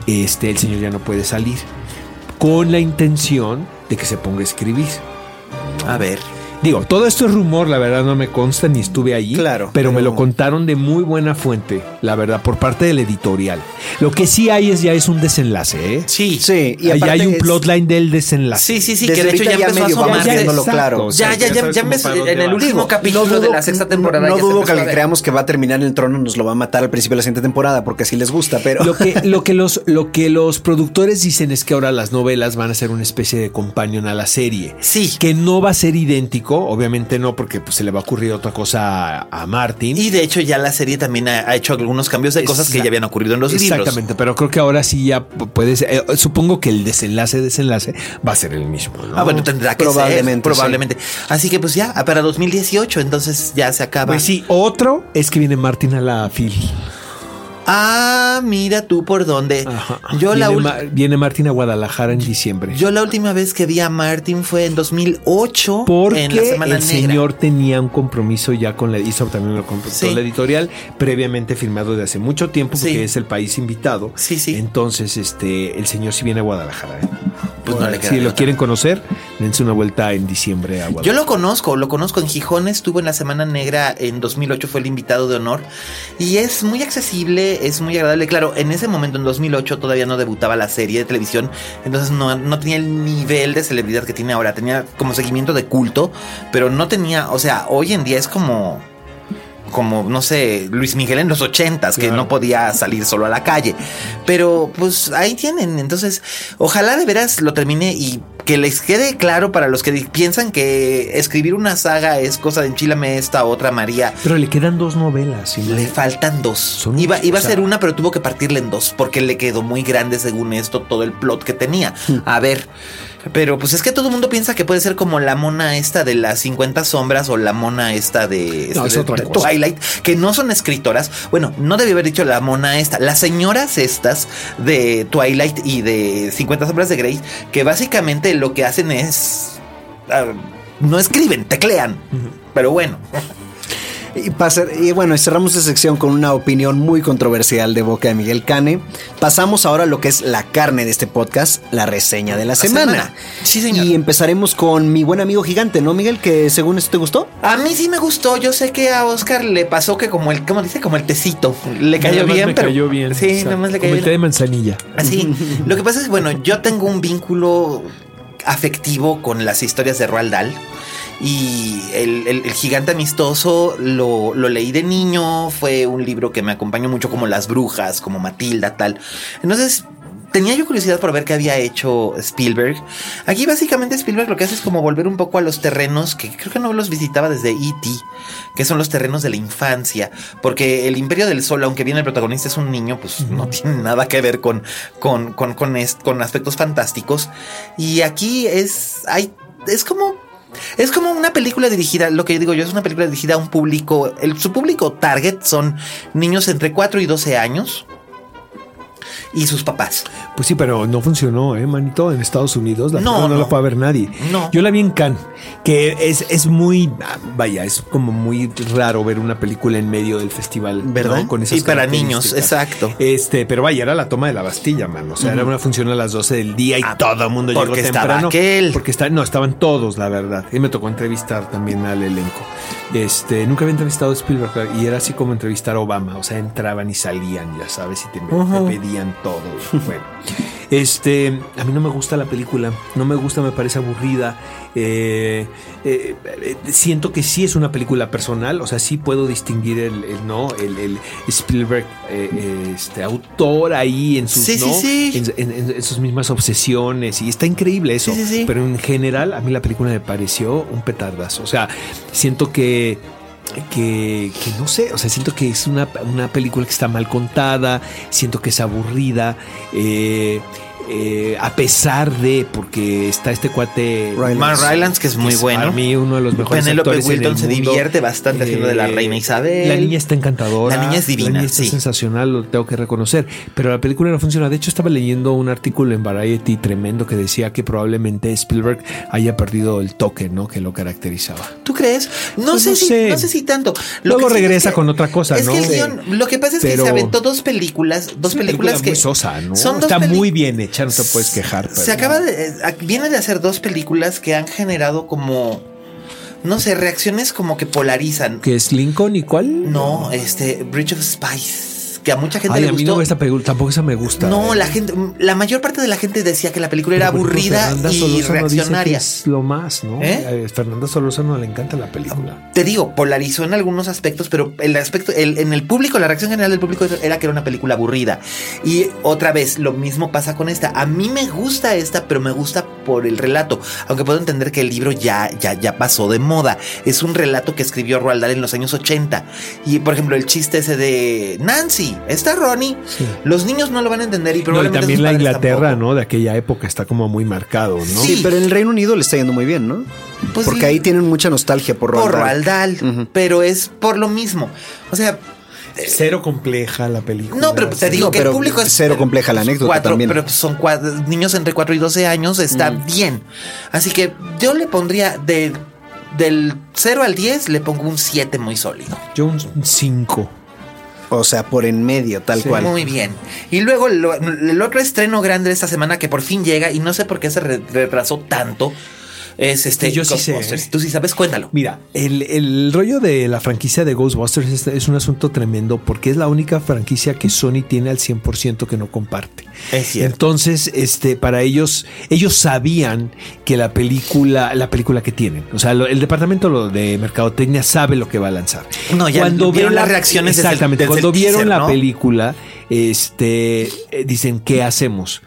este, el señor ya no puede salir con la intención de que se ponga a escribir. A ver. Digo, todo esto es rumor, la verdad no me consta ni estuve allí. Claro, Pero, me pero- lo contaron de muy buena fuente, la verdad, por parte del editorial. Lo que sí hay es ya es un desenlace, ¿eh? Sí. Sí, y Ahí aparte hay un es- plotline del desenlace. Sí, sí, sí, Desde que de hecho ahorita ya, ya empezó a medio vamos asomarse. viéndolo Exacto, claro. o sea, Ya, ya, ya, sabes ya cómo empezó- para dónde en el va. último capítulo no de dudo- la sexta temporada. No ya se dudo empezó que a le ver. creamos que va a terminar en el trono, nos lo va a matar al principio de la siguiente temporada porque así les gusta, pero. Lo que, lo, que los, lo que los productores dicen es que ahora las novelas van a ser una especie de companion a la serie. Sí. Que no va a ser idéntico, obviamente no, porque pues, se le va a ocurrir otra cosa a, a Martin. Y de hecho ya la serie también ha, ha hecho algunos cambios de cosas que ya Exact- habían ocurrido en los libros. Exactamente, pero creo que ahora sí ya p- puedes. eh, supongo que el desenlace, desenlace va a ser el mismo. ¿no? Ah, bueno, tendrá que Probablemente, ser. Probablemente. Así que pues ya, para 2018, entonces ya se acaba. Pues sí, otro es que viene Martin a la fil. Ah, mira tú por dónde. Yo viene, la, ul- Ma- viene Martin a Guadalajara en diciembre. yo la última vez que vi a Martin fue en 2008 porque en la Semana el Negra. señor tenía un compromiso ya con la hizo también lo compró Sí. la editorial previamente firmado de hace mucho tiempo porque Sí. es el país invitado Sí, sí. entonces este el señor si viene a Guadalajara ¿eh? Pues no le queda si de lo otra. quieren conocer dense una vuelta en diciembre a Yo Guadalajara lo conozco, lo conozco en Gijón, estuvo en la Semana Negra en 2008, fue el invitado de honor y es muy accesible, es muy agradable. Claro, en ese momento, en 2008, todavía no debutaba la serie de televisión, entonces no, no tenía el nivel de celebridad que tiene ahora, tenía como seguimiento de culto, pero no tenía, o sea, hoy en día es como... Como, no sé, Luis Miguel en los ochentas, que no podía salir solo a la calle. Pero, pues, ahí tienen. Entonces, ojalá de veras lo termine y que les quede claro para los que di- piensan que escribir una saga es cosa de enchilame esta, otra María. pero le quedan dos novelas y Le faltan dos. Son iba muchos, iba a o sea- ser una, pero tuvo que partirla en dos, porque le quedó muy grande, según esto, todo el plot que tenía. Hmm. A ver. Pero pues es que todo el mundo piensa que puede ser como la mona esta de las 50 sombras o la mona esta de, No, este, es de- otra de cosa. Twilight, que no son escritoras. Bueno, no debí haber dicho la mona esta. Las señoras estas de Twilight y de 50 sombras de Grey, que básicamente lo que hacen es... ah, no escriben, teclean. Pero bueno. Y, pasa- y bueno, y cerramos esta sección con una opinión muy controversial de boca de Miguel Cane. Pasamos ahora a lo que es la carne de este podcast, la reseña de la, semana. semana. Sí, señor. Y empezaremos con mi buen amigo gigante, ¿no, Miguel? Que según esto te gustó. A mí sí me gustó. Yo sé que a Oscar le pasó que como el, ¿cómo dice? Como el tecito. Le cayó Nada más bien, me pero. cayó bien Sí, exacto. nada más le Como cayó el té de bien. manzanilla Así. Lo que pasa es que, bueno, yo tengo un vínculo afectivo con las historias de Roald Dahl. Y el, el- el gigante amistoso lo, lo leí de niño. Fue un libro que me acompañó mucho, como Las Brujas, como Matilda, tal. Entonces. Tenía yo curiosidad por ver qué había hecho Spielberg. Aquí básicamente Spielberg lo que hace es como volver un poco a los terrenos que creo que no los visitaba desde E E.T., que son los terrenos de la infancia. Porque el Imperio del Sol, aunque bien el protagonista es un niño, pues no tiene nada que ver con, con, con, con, es- con aspectos fantásticos. Y aquí es, hay, es como es como una película dirigida, lo que digo yo, es una película dirigida a un público, el, su público target son niños entre 4 y 12 años y sus papás. Pues sí, pero no funcionó, ¿eh, manito? En Estados Unidos la No, película no, no. la puede ver nadie. No. Yo la vi en Cannes que es, es muy, ah, vaya, es como muy raro ver una película en medio del festival. ¿Verdad? ¿no? Con esas Y para niños, características. exacto. Este, pero vaya, era la toma de la Bastilla, mano. O sea, era una función a las 12 del día y Ah, todo el mundo porque llegó estaba temprano. aquel. Porque está, no, estaban todos, la verdad. Y me tocó entrevistar también al elenco. Este, nunca había entrevistado a Spielberg claro, y era así como entrevistar a Obama. O sea, entraban y salían, ya sabes, y te, te pedían todo. Bueno, este, a mí no me gusta la película. No me gusta, me parece aburrida. Eh, eh, eh, siento que sí es una película personal. O sea, sí puedo distinguir el, el, no, el, el Spielberg eh, eh, este, autor ahí en sus, Sí, sí, ¿no? sí. En- en, en- en sus mismas obsesiones y está increíble eso. Sí, sí, sí. Pero en general a mí la película me pareció un petardazo. O sea, siento que... Que, que no sé, o sea, siento que es una, una película que está mal contada, siento que es aburrida, eh, eh, a pesar de, porque está este cuate... Rylance. Mark Rylance, que es muy que es bueno. Para mí uno de los mejores Penélope actores en el Wilton se mundo. eh, divierte bastante haciendo de la reina Isabel. La niña está encantadora. La niña es divina, está sí. sensacional, lo tengo que reconocer. Pero la película no funciona. De hecho, estaba leyendo un artículo en Variety tremendo que decía que probablemente Spielberg haya perdido el toque, ¿no? Que lo caracterizaba. ¿Tú crees? No, Pues sé, no si, sé. no sé si tanto. Luego que sí regresa con otra cosa, es ¿no? Que el Sí. guión- lo que pasa es Pero- que se aventó dos películas, dos una película películas que muy sosa, ¿no? son dos Está peli- muy bien hecha, no te puedes quejar. Se pero- acaba de. eh, ac- Viene de hacer dos películas que han generado como. No sé, reacciones como que polarizan. ¿Que es Lincoln y cuál? No, este. Bridge of Spice. Que a mucha gente Ay, le a mí gustó. no esta película, tampoco esa me gusta. No, eh. la gente. La mayor parte de la gente decía que la película era Pero, por ejemplo, aburrida Fernanda y Solórzano dice que reaccionaria. Es lo más, ¿no? ¿Eh? Eh, Fernanda Solórzano le encanta la película. Te digo, polarizó en algunos aspectos, pero el aspecto, el- en el público, la reacción general del público era que era una película aburrida. Y otra vez, lo mismo pasa con esta. A mí me gusta esta, pero me gusta por el relato. Aunque puedo entender que el libro ya, ya, ya pasó de moda. Es un relato que escribió Roald Dahl en los años 80. Y por ejemplo, el chiste ese de Nancy, está Ronnie. Los niños no lo van a entender y No, y probablemente. también sus la padres Inglaterra, tampoco. ¿no? De aquella época está como muy marcado, ¿no? Sí, Sí, pero en el Reino Unido le está yendo muy bien, ¿no? Pues Porque sí. ahí tienen mucha nostalgia por Roald Por Dahl. Roald Dahl, Ujú. pero es por lo mismo. O sea, Cero compleja la película. No, pero pues, te Sí. digo No, que el pero público es cero compleja la anécdota cuatro, también. Mm. Pero son cuatro, niños entre 4 y 12 años, está bien. Así que yo le pondría de- del 0 al 10, le pongo un 7 muy sólido. Yo un 5. O sea, por en medio, tal Sí. cual. Muy bien. Y luego lo- el otro estreno grande de esta semana que por fin llega y no sé por qué se re- retrasó tanto es este que yo sí sé, Ghostbusters. ¿eh? Tú sí sabes, cuéntalo. Mira, el, el rollo de la franquicia de Ghostbusters es, es un asunto tremendo porque es la única franquicia que Sony tiene al 100% que no comparte. Es cierto. Entonces, este, para ellos, ellos sabían que la película, la película que tienen, o sea, lo- el departamento lo de mercadotecnia sabe lo que va a lanzar. No, ya vieron las reacciones desde el- exactamente. desde el cuando vieron teaser, la ¿no? película, este, eh, dicen qué hacemos.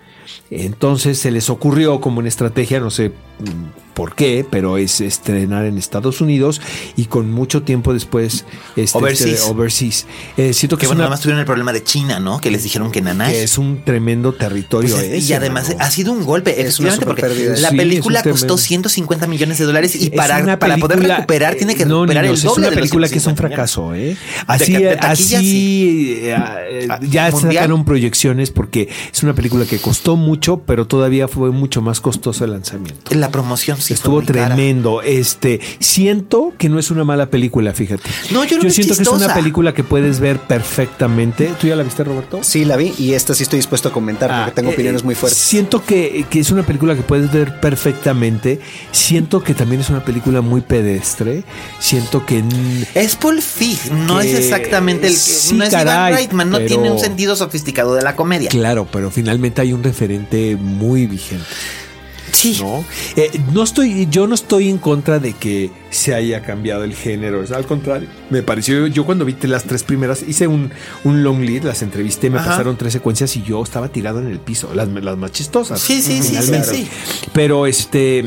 Entonces se les ocurrió como una estrategia, no sé mm, por qué, pero es estrenar en Estados Unidos y con mucho tiempo después este, Overseas. este, overseas. Eh, siento que, Que es bueno, una- nada más tuvieron el problema de China, ¿no? Que les dijeron que nanay. que es un tremendo territorio. Pues es- y ese, además mano. ha sido un golpe, Es una efectivamente, porque superpérdida. la Sí, película es un costó tremendo. 150 millones de dólares y Es para, una para poder película- eh, recuperar tiene que No, recuperar niños, el doble Es de una los película que es un 150 millones. fracaso, ¿eh? Así, de taquilla, así eh, eh, ya Mundial. sacaron proyecciones porque es una película que costó mucho, pero todavía fue mucho más costoso el lanzamiento. La promoción sí fue Estuvo muy cara. tremendo. Este, siento que no es una mala película, fíjate. No, yo lo vi siento que es chistosa. una película que puedes ver perfectamente. ¿Tú ya la viste, Roberto? Sí, la vi y esta sí estoy dispuesto a comentar Ah, porque tengo eh, opiniones muy fuertes. Siento que, que es una película que puedes ver perfectamente. Siento que también es una película muy pedestre. Siento que. n- Es Paul Feig, no Que- es exactamente el que sí, no es caray, Ivan Reitman, no pero- tiene un sentido sofisticado de la comedia. Claro, pero finalmente hay un referente muy vigente. Sí. ¿no? Eh, no estoy, yo no estoy en contra de que se haya cambiado el género. es Al contrario, me pareció. Yo cuando vi las tres primeras hice un, un long lead, las entrevisté, me Ajá. pasaron tres secuencias y yo estaba tirado en el piso, las, las más chistosas. Sí, sí, sí, sí, finalmente. sí. Pero este,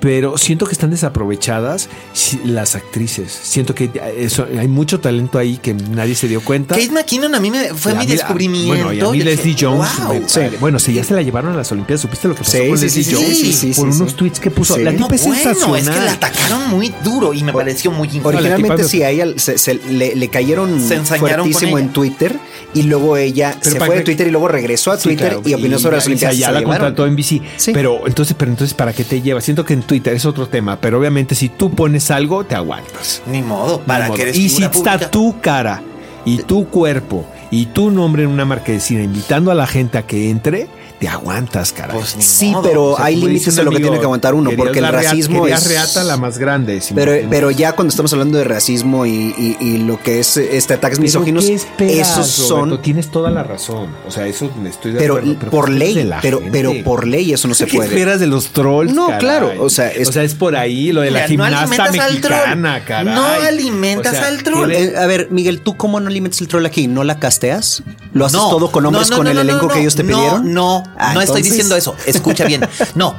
pero siento que están desaprovechadas si- las actrices. Siento que eh, eso- hay mucho talento ahí que nadie se dio cuenta. Kate McKinnon a mí me, fue Y a mi mí la- descubrimiento. Bueno, y a mí Yo Leslie dije, Jones. "Wow". me pare- Bueno, si ya se la llevaron a las Olimpiadas, ¿supiste lo que pasó con Leslie Jones? sí, sí, por unos tweets que puso. Sí. La No, tipa es bueno, es sensacional. que la atacaron muy duro y me pareció muy injusto. Originalmente tipa- sí, a ella se, se- le, le cayeron Se ensañaron con fuertísimo ella. en Twitter y luego ella Pero se para fue de que- Twitter y luego regresó a Sí, Twitter claro, y opinó sobre las y Olimpiadas. y se Ya la la llevaron. contrató en BC. Sí. Pero entonces, pero entonces, ¿para qué te lleva? Siento que en Twitter, es otro tema, pero obviamente si tú pones algo, te aguantas. Ni modo, para Ni modo. que eres y si figura está pública. tu cara y tu cuerpo y tu nombre en una marquesina invitando a la gente a que entre, te aguantas, caray. Pues ni Sí, modo. pero O sea, hay Como dice límites un a lo que amigo, tiene que aguantar uno, querías porque el la rea- racismo querías es... reata la más grande. sin Pero, imaginar. pero ya cuando estamos hablando de racismo y, y- y lo que es este ataques Pero misóginos, ¿qué esperas, esos son. Roberto? tienes toda la razón. O sea, eso me estoy de pero, acuerdo, pero por ¿qué esperas de ley, la pero, gente? pero por ley eso no se ¿Qué puede. esperas de los trolls? No, caray? claro, o sea, es- es, por ahí lo de la Mira, no gimnasta alimentas al troll. mexicana, caray. No alimentas al troll. ¿qué le- Eh, a ver, Miguel, ¿tú cómo no alimentas el troll aquí? ¿No la casteas? ¿Lo haces No, todo con no, hombres no, con no, el no, elenco no, que ellos te no, pidieron? No, Ah, no estoy entonces- diciendo eso. Escucha bien. No.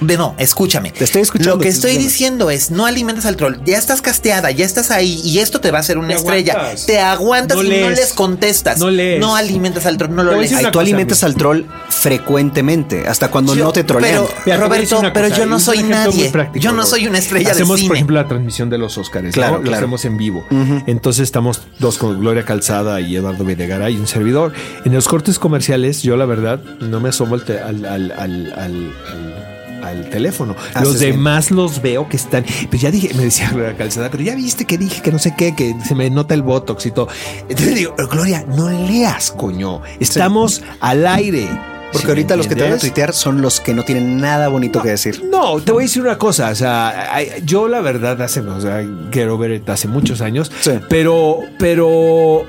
De no, escúchame. Te estoy escuchando, Lo que sí, estoy bueno. diciendo es, no alimentas al troll. Ya estás casteada, ya estás ahí y esto te va a hacer una Te estrella. aguantas. Te aguantas No y no lees. les contestas. No lees. alimentas al troll, no lo Te voy a lees. decir Ay, una tú cosa, alimentas al troll frecuentemente, hasta cuando Yo- no te trolean. pero- Mira, te voy a decir Roberto, una pero cosa, yo no y es un soy ejemplo muy nadie. práctico, Yo no Robert. soy una estrella de Hacemos, por cine. ejemplo, la transmisión de los Óscares. Claro, Claro, Lo claro. hacemos en vivo. Entonces estamos dos con Gloria Calzada y Eduardo Videgaray y un servidor. En los cortes comerciales, yo la verdad no me asomo al, te- al, al, al- al- al- al teléfono. Ah, Haces los bien. demás los veo que están. Pues ya dije, me decía Gloria Calzada, pero ya viste que dije que no sé qué, que se me nota el botox y todo. Entonces digo, Gloria, no leas, coño. Estamos al aire. Porque ¿Sí me ahorita los que te van a entiendes? tuitear son los que no tienen nada bonito que decir. No, te voy a decir una cosa. O sea, ay, yo la verdad hace, o sea, quiero ver hace muchos años, Sí. pero, pero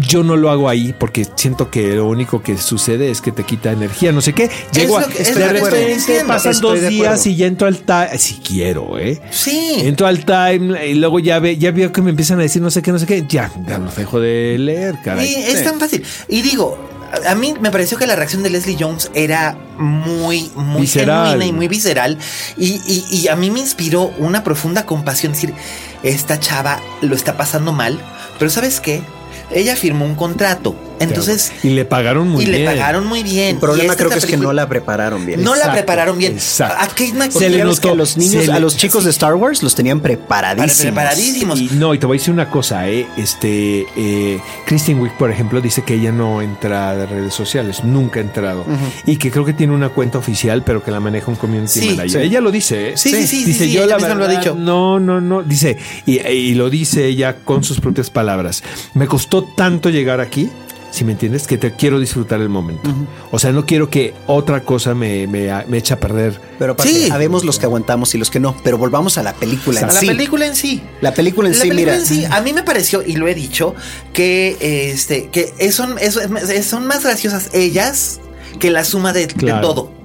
yo no lo hago ahí porque siento que lo único que sucede es que te quita energía, no sé qué. Llego lo a- que- es de lo que estoy repente diciendo. pasan Estoy de dos acuerdo. días y ya entro al time. Si quiero, ¿eh? Sí. Entro al time y luego ya, ve, ya veo que me empiezan a decir no sé qué, no sé qué. Ya, ya los dejo de leer, caray. Y es Sí. tan fácil. Y digo, a a mí me pareció que la reacción de Leslie Jones era muy, muy Visceral. genuina y muy visceral. Y, y- y a mí me inspiró una profunda compasión. Es decir, esta chava lo está pasando mal, pero ¿sabes qué? Ella firmó un contrato. Entonces, Y le pagaron muy y bien. le pagaron muy bien. El problema Y esta creo que es que película- no la prepararon bien. no la Exacto, prepararon bien. exacto. A Kate McKinnon- Se Porque le ya ves que a notó, los niños, se a le- los chicos de Star Wars los tenían preparadísimos. Preparadísimos. Y no, y te voy a decir una cosa, ¿eh? Este, eh, Kristen Wiig, por ejemplo, dice que ella no entra de redes sociales, nunca ha entrado. Y que creo que tiene una cuenta oficial, pero que la maneja un community Sí, manager. sí. Ella lo dice, ¿eh? Sí, sí, sí, Dice, sí, sí, yo ella la misma verdad, lo ha dicho. No, no, no. Dice, y, y lo dice ella con sus propias palabras. Me costó tanto llegar aquí. Si me entiendes, que te quiero disfrutar el momento. O sea, no quiero que otra cosa me, me, me eche a perder. Pero aparte, Sí. sabemos los que aguantamos y los que no. Pero volvamos a la película en A la sí. película en sí. La película en La sí, película mira. en sí, a mí me pareció, y lo he dicho, que este, que es- son, es- es- son más graciosas ellas que la suma de, de Claro. todo.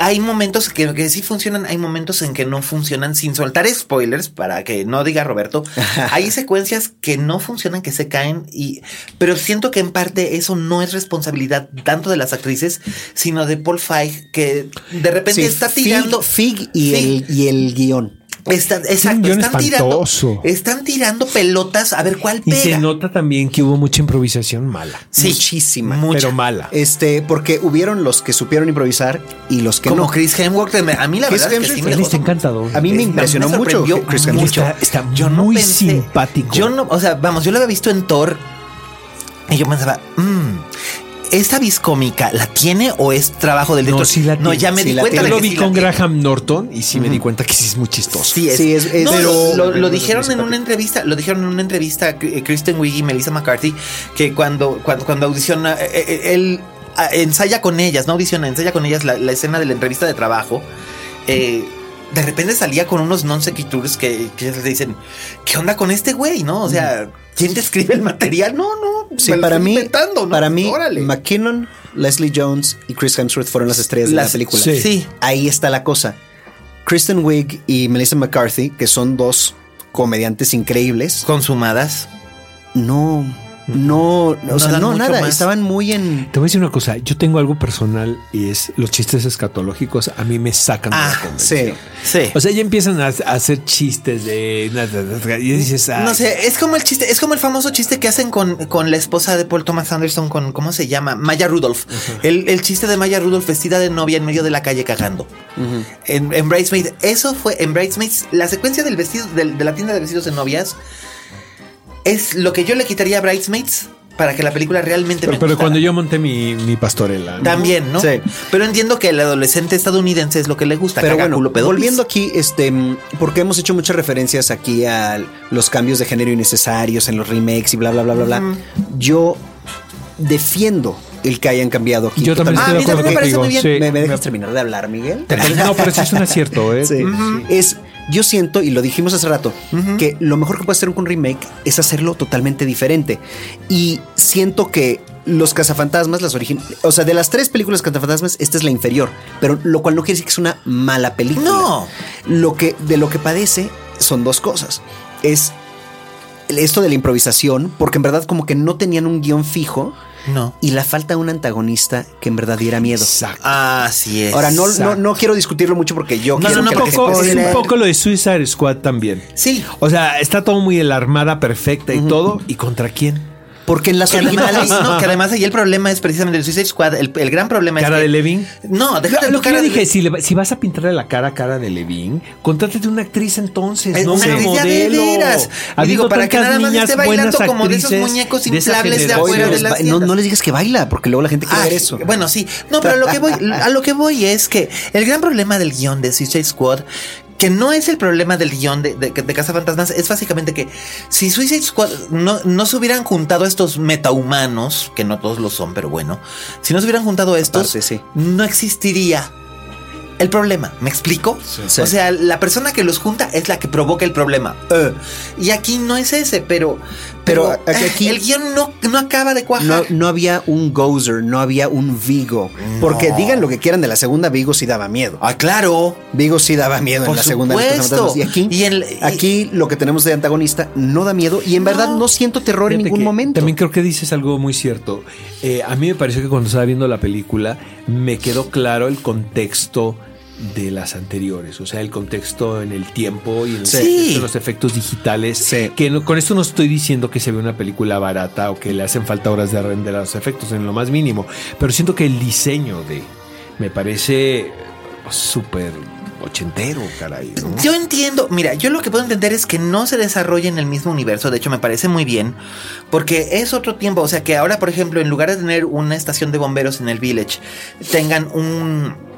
Hay momentos que, que sí funcionan, hay momentos en que no funcionan, sin soltar spoilers, para que no diga Roberto. hay secuencias que no funcionan, que se caen, y, pero siento que en parte eso no es responsabilidad tanto de las actrices, sino de Paul Feig, que de repente Sí, está Fig- tirando. Fig y, Fig. El, y el guión. Está- un exacto, guión están tirando, espantoso. están tirando pelotas a ver cuál Y pega. se nota también que hubo mucha improvisación mala. Sí, Muchísima. mucha. Pero mala. Este, porque hubieron los que supieron improvisar y los que Como no. Chris Hemsworth, me- a mí la Chris verdad es que sí Hemsworth, me Él dejó- está encantador. A mí me es- impresionó mucho Eh, sorprendió Chris mucho. Hemsworth. Está- está muy simpático. Yo no, o sea, vamos, yo lo había visto en Thor y yo pensaba, "Mm, esta viscómica la tiene o es trabajo del No, director? sí la No, ya tiene, me sí di la cuenta. Yo tiene. de lo que vi sí la con tiene. Graham Norton y sí me di cuenta que sí es muy chistoso. Sí, es. Sí, es- es- No, pero- lo- lo, pero- dijeron en una entrevista, lo dijeron en una entrevista eh, Kristen Wiig y Melissa McCarthy que cuando cuando, cuando audiciona eh, eh, él ah, ensaya con ellas, no audiciona, ensaya con ellas la, la escena de la entrevista de trabajo. eh, de repente salía con unos non sequiturs que, que ellas le dicen, ¿qué onda con este güey? ¿No? O sea, ¿quién te escribe el material? No, no. Mm. Sí, me lo para estoy mí, inventando, ¿no? para mí, Órale. McKinnon, Leslie Jones y Chris Hemsworth fueron las estrellas de Las- la película. sí. Sí. Ahí está la cosa. Kristen Wiig y Melissa McCarthy, que son dos comediantes increíbles, Consumadas. no, no, o No sea, dan no mucho nada, más. estaban muy en. Te voy a decir una cosa, yo tengo algo personal y es los chistes escatológicos a mí me sacan de Ah, la convención. Sí. Sí. O sea, ya empiezan a, a hacer chistes de y dices, ay, No sé, es como el chiste, es como el famoso chiste que hacen con, con la esposa de Paul Thomas Anderson, con ¿cómo se llama? Maya Rudolph. El, el chiste de Maya Rudolph vestida de novia en medio de la calle cagando. en, en Bridesmaids, eso fue en Bridesmaids, la secuencia del vestido del- de, la tienda de vestidos de novias es lo que yo le quitaría a Bridesmaids para que la película realmente Pero, me pero gustara. cuando yo monté mi, mi pastorela. ¿no? También, ¿no? Sí. Pero entiendo que el adolescente estadounidense es lo que le gusta. Pero caga bueno, culo, pedopis. volviendo aquí, este, mm, porque hemos hecho muchas referencias aquí a los cambios de género innecesarios en los remakes y bla, bla, bla, bla, bla. Yo defiendo el que hayan cambiado aquí. Yo también totalmente. estoy de Ah, a mí acuerdo también me parece contigo, muy bien. sí. ¿Me, me dejas terminar de hablar, Miguel? No, pero sí es un acierto, ¿eh? Sí. Es, yo siento, y lo dijimos hace rato, que lo mejor que puede hacer un remake es hacerlo totalmente diferente. Y siento que los cazafantasmas, las originales, o sea, de las tres películas cazafantasmas, esta es la inferior, pero lo cual no quiere decir que es una mala película. No. Lo que, de lo que padece son dos cosas. Es esto de la improvisación, porque en verdad como que no tenían un guión fijo. No. Y la falta de un antagonista que en verdad diera miedo. Exacto. Así es. Ahora, no, no, no quiero discutirlo mucho porque yo No, quiero no, que no, la Un gente poco- se es un entere. poco lo de Suicide Squad también. Sí. O sea, está todo muy en la armada perfecta y todo. ¿Y contra quién? Porque en las Que además, originales. no, que además ahí el problema es precisamente el Suicide Squad. El, el gran problema ¿Cara es. que- de Levin? No, déjate Lo, tu lo que cara yo de- dije, si, le va- si vas a pintarle la cara a cara de Levin, contrátate una actriz entonces, Eh, no una una actriz ya de modelo. veras. Y Ha digo, habido para que tantas nada más niñas esté bailando buenas como de esos actrices muñecos esa inflables de generación. afuera de las ba- no, tiendas. no les digas que baila, porque luego la gente quiere Ah, ver eso. Bueno, sí. No, pero a lo que voy, a lo que voy es que el gran problema del guión de Suicide Squad, que no es el problema del guión de, de, de Cazafantasmas, es básicamente que si Suicide Squad no, no se hubieran juntado estos metahumanos, que no todos lo son, pero bueno, si no se hubieran juntado estos, Aparte, sí. no existiría. El problema, ¿me explico? Sí. O sea, la persona que los junta es la que provoca el problema. Eh, y aquí no es ese, pero, pero, Pero aquí- aquí- el guión no, no acaba de cuajar. No, no había un Gozer, no había un Vigo. Porque digan lo que quieran de la segunda, Vigo sí daba miedo. Ah, claro. Vigo sí daba miedo Por en la segunda. de los supuesto. Cazafantasmas. Y aquí, Y el- y- aquí lo que tenemos de antagonista no da miedo y en verdad no siento terror en Fíjate ningún que momento. También creo que dices algo muy cierto. Eh, a mí me pareció que cuando estaba viendo la película me quedó claro el contexto de las anteriores, o sea, el contexto en el tiempo y en el Sí. contexto de los efectos digitales. Sí. Que no- con esto no estoy diciendo que se ve una película barata o que le hacen falta horas de render a los efectos en lo más mínimo, pero siento que el diseño de me parece súper ochentero, caray. ¿no? Yo entiendo, mira, yo lo que puedo entender es que no se desarrolla en el mismo universo, de hecho me parece muy bien, porque es otro tiempo, o sea que ahora, por ejemplo, en lugar de tener una estación de bomberos en el village, tengan un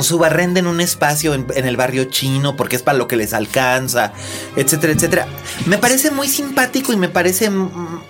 subarrenden un espacio en, en el barrio chino porque es para lo que les alcanza, etcétera, etcétera. Me parece muy simpático y me parece mm,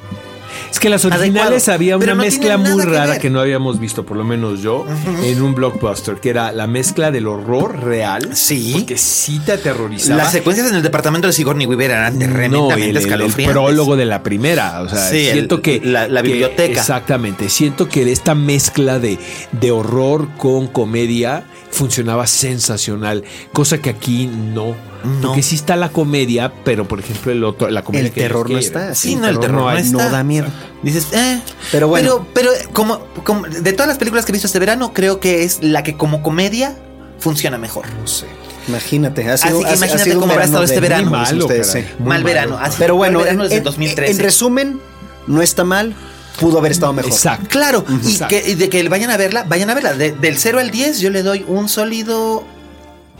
Es que las originales Adecuado, había pero una no mezcla tienen nada muy que rara ver. que, no habíamos visto, por lo menos yo, en un blockbuster, que era la mezcla del horror real. Sí. Porque sí te aterrorizaba. las secuencias en el departamento de Sigourney Weaver eran No, tremendamente el, el- el escalofriantes. prólogo de la primera. O sea, Sí, el- siento que. la- la que- biblioteca. exactamente. Siento que esta mezcla de, de horror con comedia funcionaba sensacional, cosa que aquí no. No. Porque sí está la comedia, pero por ejemplo, el otro, la comedia El que ellos terror no quieren. está. Sí, no, el terror no hay. está. No da miedo. Dices, eh. Pero bueno. Pero, pero como, como- de todas las películas que he visto este verano, creo que es la que como comedia funciona mejor. No sé. Imagínate, ha sido, Así que ha- ha imagínate sido un cómo habrá verano estado este de verano. mimos Malo, ustedes, caray. sí. Muy mal malo. verano. Así Pero bueno, mal verano en, desde en- 2013. en resumen, no está mal, pudo haber estado mejor. Exacto. claro, y, Exacto. que, y de que vayan a verla, vayan a verla. De- del 0 al 10 yo le doy un sólido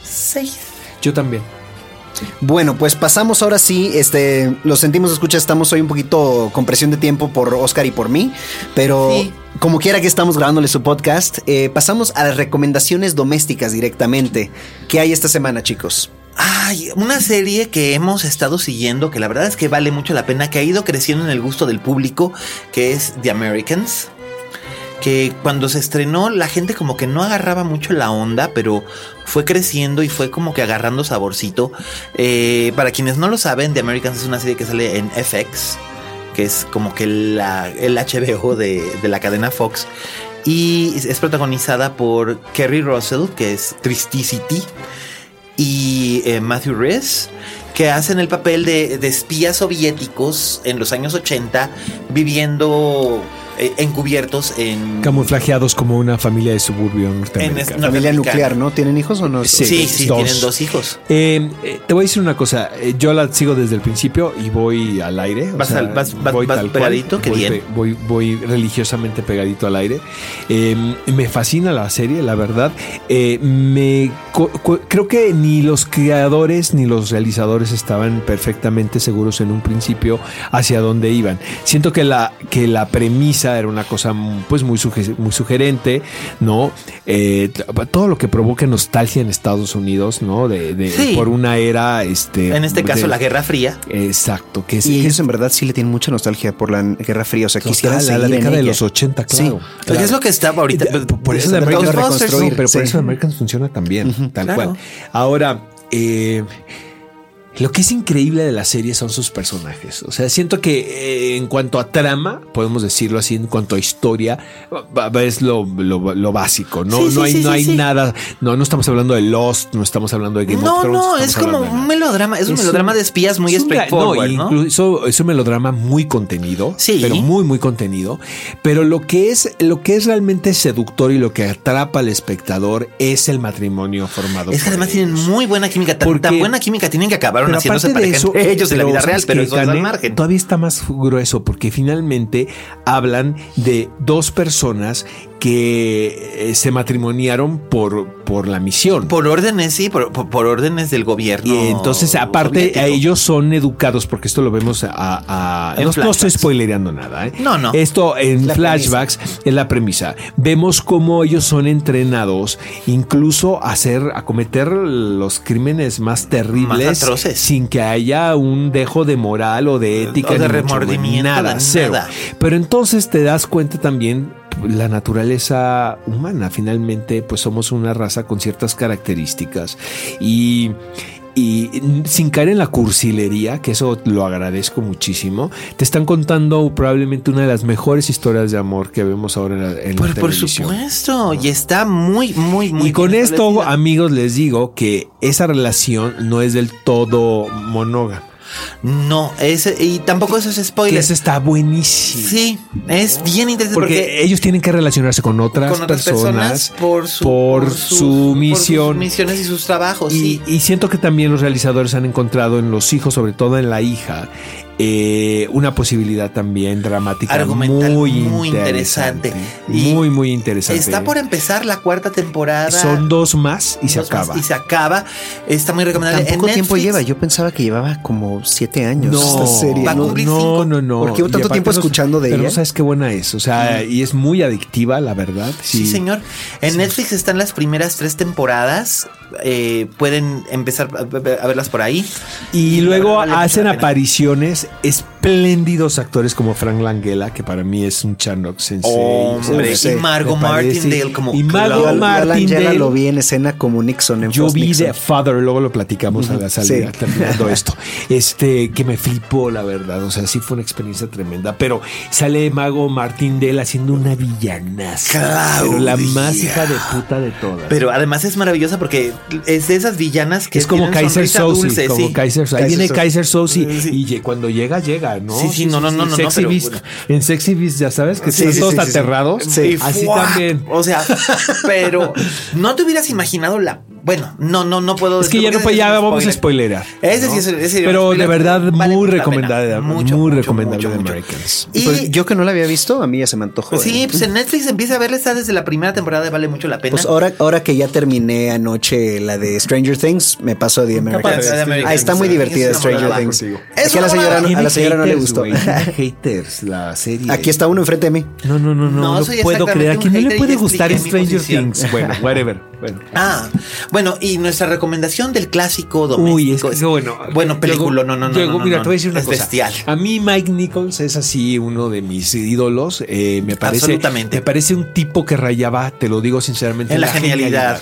6. Yo también. Bueno, pues pasamos ahora sí, este, lo sentimos, escucha, estamos hoy un poquito con presión de tiempo por Oscar y por mí, pero Sí. como quiera que estamos grabándole su podcast, eh, pasamos a las recomendaciones domésticas directamente. ¿Qué hay esta semana, chicos? Ay, una serie que hemos estado siguiendo, que la verdad es que vale mucho la pena, que ha ido creciendo en el gusto del público, que es The Americans. Que cuando se estrenó la gente como que no agarraba mucho la onda, pero fue creciendo y fue como que agarrando saborcito. Eh, para quienes no lo saben, The Americans es una serie que sale en FX, que es como que la, el HBO de, de la cadena Fox. Y es- es protagonizada por Kerry Russell, que es Tristicity y eh, Matthew Rhys, que hacen el papel de, de espías soviéticos en los años 80, viviendo eh, encubiertos en... Camuflajeados como una familia de suburbio en es- norteamericano. norteamericana. Familia nuclear, ¿no? ¿Tienen hijos o no? Sí, sí, tienen dos hijos. Eh, eh, te voy a decir una cosa, eh, yo la sigo desde el principio y voy al aire. o Vas sea, al- vas- vas- vas tal cual, pegadito, qué voy, bien. pe- Voy, voy religiosamente pegadito al aire. Eh, me fascina la serie, la verdad. Eh, me co- co- Creo que ni los creadores ni los realizadores estaban perfectamente seguros en un principio hacia dónde iban. Siento que la, que la premisa era una cosa pues muy, suge- muy sugerente, ¿no? Eh, t- todo lo que provoca nostalgia en Estados Unidos, ¿no? De, de- Sí. Por una era... Este, En este caso, de- la Guerra Fría. Exacto, que es, Y que ellos es en verdad sí le tienen mucha nostalgia por la Guerra Fría. O sea, quisieran total, a la seguir en década de ella. los 80, Sí. claro. Pues es lo que está ahorita. Eh, Por eso se de trató de Americans reconstruir, no, pero por sí. eso de Americans funciona también, tal claro. cual. Ahora, eh, lo que es increíble de la serie son sus personajes. O sea, siento que eh, en cuanto a trama, podemos decirlo así, en cuanto a historia, va- va- es lo, lo- lo básico. No, Sí, sí, no hay, sí, no sí, hay sí. nada. No, no estamos hablando de Lost, no estamos hablando de Game of no, Thrones. no, estamos es como hablando de un nada. melodrama, es un melodrama de espías muy es un gra- straightforward, no, ¿no? incluso es un melodrama muy contenido, Sí. pero muy muy contenido, pero lo que es lo que es realmente seductor y lo que atrapa al espectador es el matrimonio formado. Es que por además ellos. tienen muy buena química, tan, Porque- tan buena química tienen que acabaron Pero haciéndose aparte de pareja eso, entre ellos en la vida real, ¿sabes pero qué, eso es al Cane? margen. Todavía está más grueso porque finalmente hablan de dos personas que eh, se matrimoniaron por, por la misión. Por órdenes, sí, por, por- por órdenes del gobierno. Y entonces, aparte, soviético. a ellos son educados, porque esto lo vemos a. a- no, En no estoy flashbacks. spoilereando nada. ¿eh? No, no. Esto en La flashbacks es la premisa. Vemos cómo ellos son entrenados, incluso a hacer, a cometer los crímenes más terribles. Más atroces. Sin que haya un dejo de moral o de ética. de ni mucho menos, remordimiento, Nada, de cero. nada. Pero entonces te das cuenta también la naturaleza humana. Finalmente, pues somos una raza con ciertas características y, y sin caer en la cursilería, que eso lo agradezco muchísimo, te están contando probablemente una de las mejores historias de amor que vemos ahora en la, en la Por, por televisión. supuesto, y está muy, muy, muy. y con bien esto, establecida. amigos, les digo que esa relación no es del todo monógama. No, ese, y tampoco eso es Que spoiler. eso está buenísimo. Sí, es bien interesante Porque, porque ellos tienen que relacionarse con otras, con otras personas, personas, por su, por su por misión. sus misiones y sus trabajos. y, sí. y siento que también los realizadores han encontrado en los hijos, sobre todo en la hija, eh, una posibilidad también dramática Argumental muy, muy interesante. interesante. Y muy, muy interesante. Está por empezar la cuarta temporada. Son dos más y se Dos más acaba. Y se acaba. Está muy recomendable. Tan En poco tiempo Netflix, lleva. Yo pensaba que llevaba como siete años. No, esta serie, Va a ¿no? cumplir no, cinco. no, no. Porque llevo Y tanto aparte tiempo no- escuchando de pero ella. no sabes qué buena es. O sea, y es muy adictiva, la verdad. Sí, señor. En Netflix están las primeras tres temporadas. Eh, pueden empezar a, a- a verlas por ahí. Y La luego verdad vale mucho hacen la pena. apariciones espléndidos actores como Frank Langella, que para mí es un Chandock sensei. Oh, Hombre, No sé, y Margot me parece. Martindale como Y Yo Margot al- yo a Langella Martindale. lo vi en escena como Nixon en Yo Frost vi Nixon. The Father, luego lo platicamos a la Ujú, salida sí. terminando esto. Este que me flipó, la verdad. O sea, sí fue una experiencia tremenda. Pero sale Mago Martindale haciendo una villanaza. Pero la más hija de puta de todas. Pero además es maravillosa porque es de esas villanas que es como tienen Kaiser sonrisa Sosi, dulce, como sí. Kaiser Sosi. Ahí Kaiser viene Soze. Kaiser Sosi Sí. y ye- cuando llega, llega, ¿no? Sí, sí, no, no, no, no, Sexy pero Beast. bueno. En Sexy Beast, ya sabes que Sí, están sí, todos sí, sí, sí. aterrados. Sí. Así ¡Fua! también. O sea, pero no te hubieras imaginado la. Bueno, no, no, no puedo Es que ya, no, porque pues, ese ya es un vamos a spoiler. spoilerar. Ese ¿no? sí es- ese sí es Pero spoiler, de verdad, vale muy mucho la recomendable. pena. Mucho, muy mucho, recomendable mucho, de mucho. Americans. Y- Pues yo que no la había visto, a mí ya se me antojó. Sí, ¿eh? pues en Netflix empieza a verla, está desde la primera temporada, vale mucho la pena. Pues ahora, ahora que ya terminé anoche la de Stranger Things, me paso a The Americans. pasa de Americans. Ah, está muy Sí, divertida es una Stranger monada. Things. Contigo. Es Es que a la una señora, no- monada. a la Tiene señora no le haters, gustó. güey, tiene haters la serie. Aquí está uno enfrente de mí. No, no, no, no. No, No, soy puedo creer. ¿A exactamente quién un no le hater y puede ya gustar expliqué mi Stranger posición. Things? Bueno, whatever. Bueno. Ah, bueno, y nuestra recomendación del clásico doméstico. Uy, es que bueno. Bueno, película, luego- no, no, no. luego, no, no, mira, no, te voy a decir una es cosa. Bestial. A mí Mike Nichols es así uno de mis ídolos. eh, me parece, Absolutamente. Me parece un tipo que rayaba, te lo digo sinceramente, En la genialidad.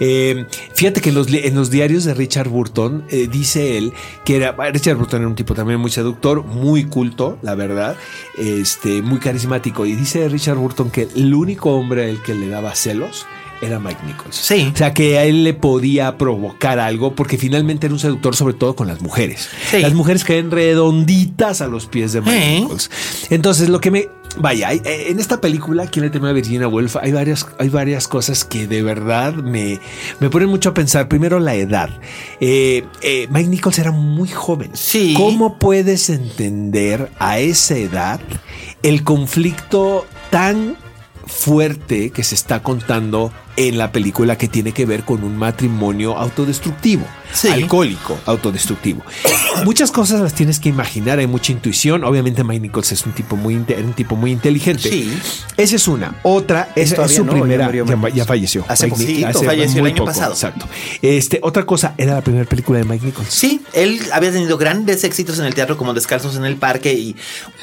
Eh, fíjate que en los, li- en los diarios de Richard Burton eh, dice él que era Richard Burton era un tipo también muy seductor, muy culto, la verdad, este, muy carismático. Y dice Richard Burton que el único hombre al que le daba celos era Mike Nichols. Sí. O sea, que a él le podía provocar algo porque finalmente era un seductor sobre todo con las mujeres. Sí. Las mujeres caen redonditas a los pies de Mike Sí. Nichols. Entonces, lo que me Vaya, hay- eh, en esta película, ¿Quién le teme a Virginia Woolf? Hay varias, hay varias cosas que de verdad me, me ponen mucho a pensar. Primero, la edad. Eh, eh, Mike Nichols era muy joven. Sí. ¿Cómo puedes entender a esa edad el conflicto tan fuerte que se está contando en la película que tiene que ver con un matrimonio autodestructivo, Sí. alcohólico, autodestructivo. Muchas cosas las tienes que imaginar, hay mucha intuición. Obviamente Mike Nichols es un tipo muy, inte- era un tipo muy inteligente. Sí. Esa es una. Otra es, todavía es su no, ya primera. murió Ya, Mike ya Nichols. falleció. Hace Mike Nichols, poquito, falleció el muy año pasado. Exacto. Este, otra cosa, era la primera película de Mike Nichols. Sí, él había tenido grandes éxitos en el teatro como Descalzos en el Parque y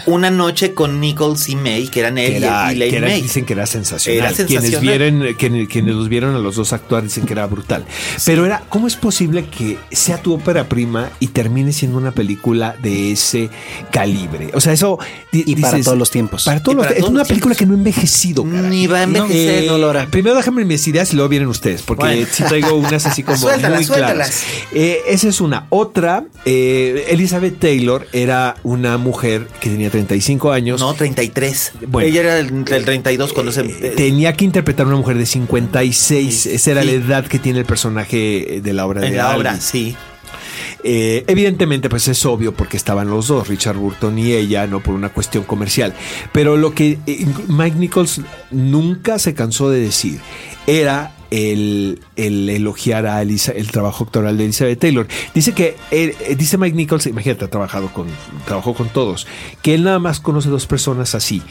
Una noche con Nichols y May, que eran él que y- era- y Lane que era- May. dicen que era sensacional. Era Quienes, sensacional. vieron, quien- quienes los vieron a los dos actuar dicen que era brutal. Pero era, ¿cómo es posible que sea tu ópera prima y termine siendo una película de ese calibre? O sea, eso. di- Y para todos los tiempos. Para todos Y los- para es todos una los película que no ha envejecido. caray. eh, Ni va a envejecer, no, Lora. Primero déjame mis ideas y luego vienen ustedes, porque Bueno. sí traigo unas así como Suéltalas, muy claras. suéltalas. Eh, esa es una. Otra, eh, Elizabeth Taylor era una mujer que tenía 35 años. No, 33. Bueno. Ella era el, del 32 cuando se... Eh, tenía que interpretar a una mujer de 56. Esa era Sí. la edad que tiene el personaje eh, de la obra en de la obra, Alvis. sí. Eh, evidentemente, pues es obvio porque estaban los dos, Richard Burton y ella, no por una cuestión comercial. Pero lo que eh, Mike Nichols nunca se cansó de decir era el, el elogiar a Elisa- el trabajo actoral de Elizabeth Taylor. Dice que, eh, eh, dice Mike Nichols, imagínate, ha trabajado con, trabajó con todos, que él nada más conoce dos personas así,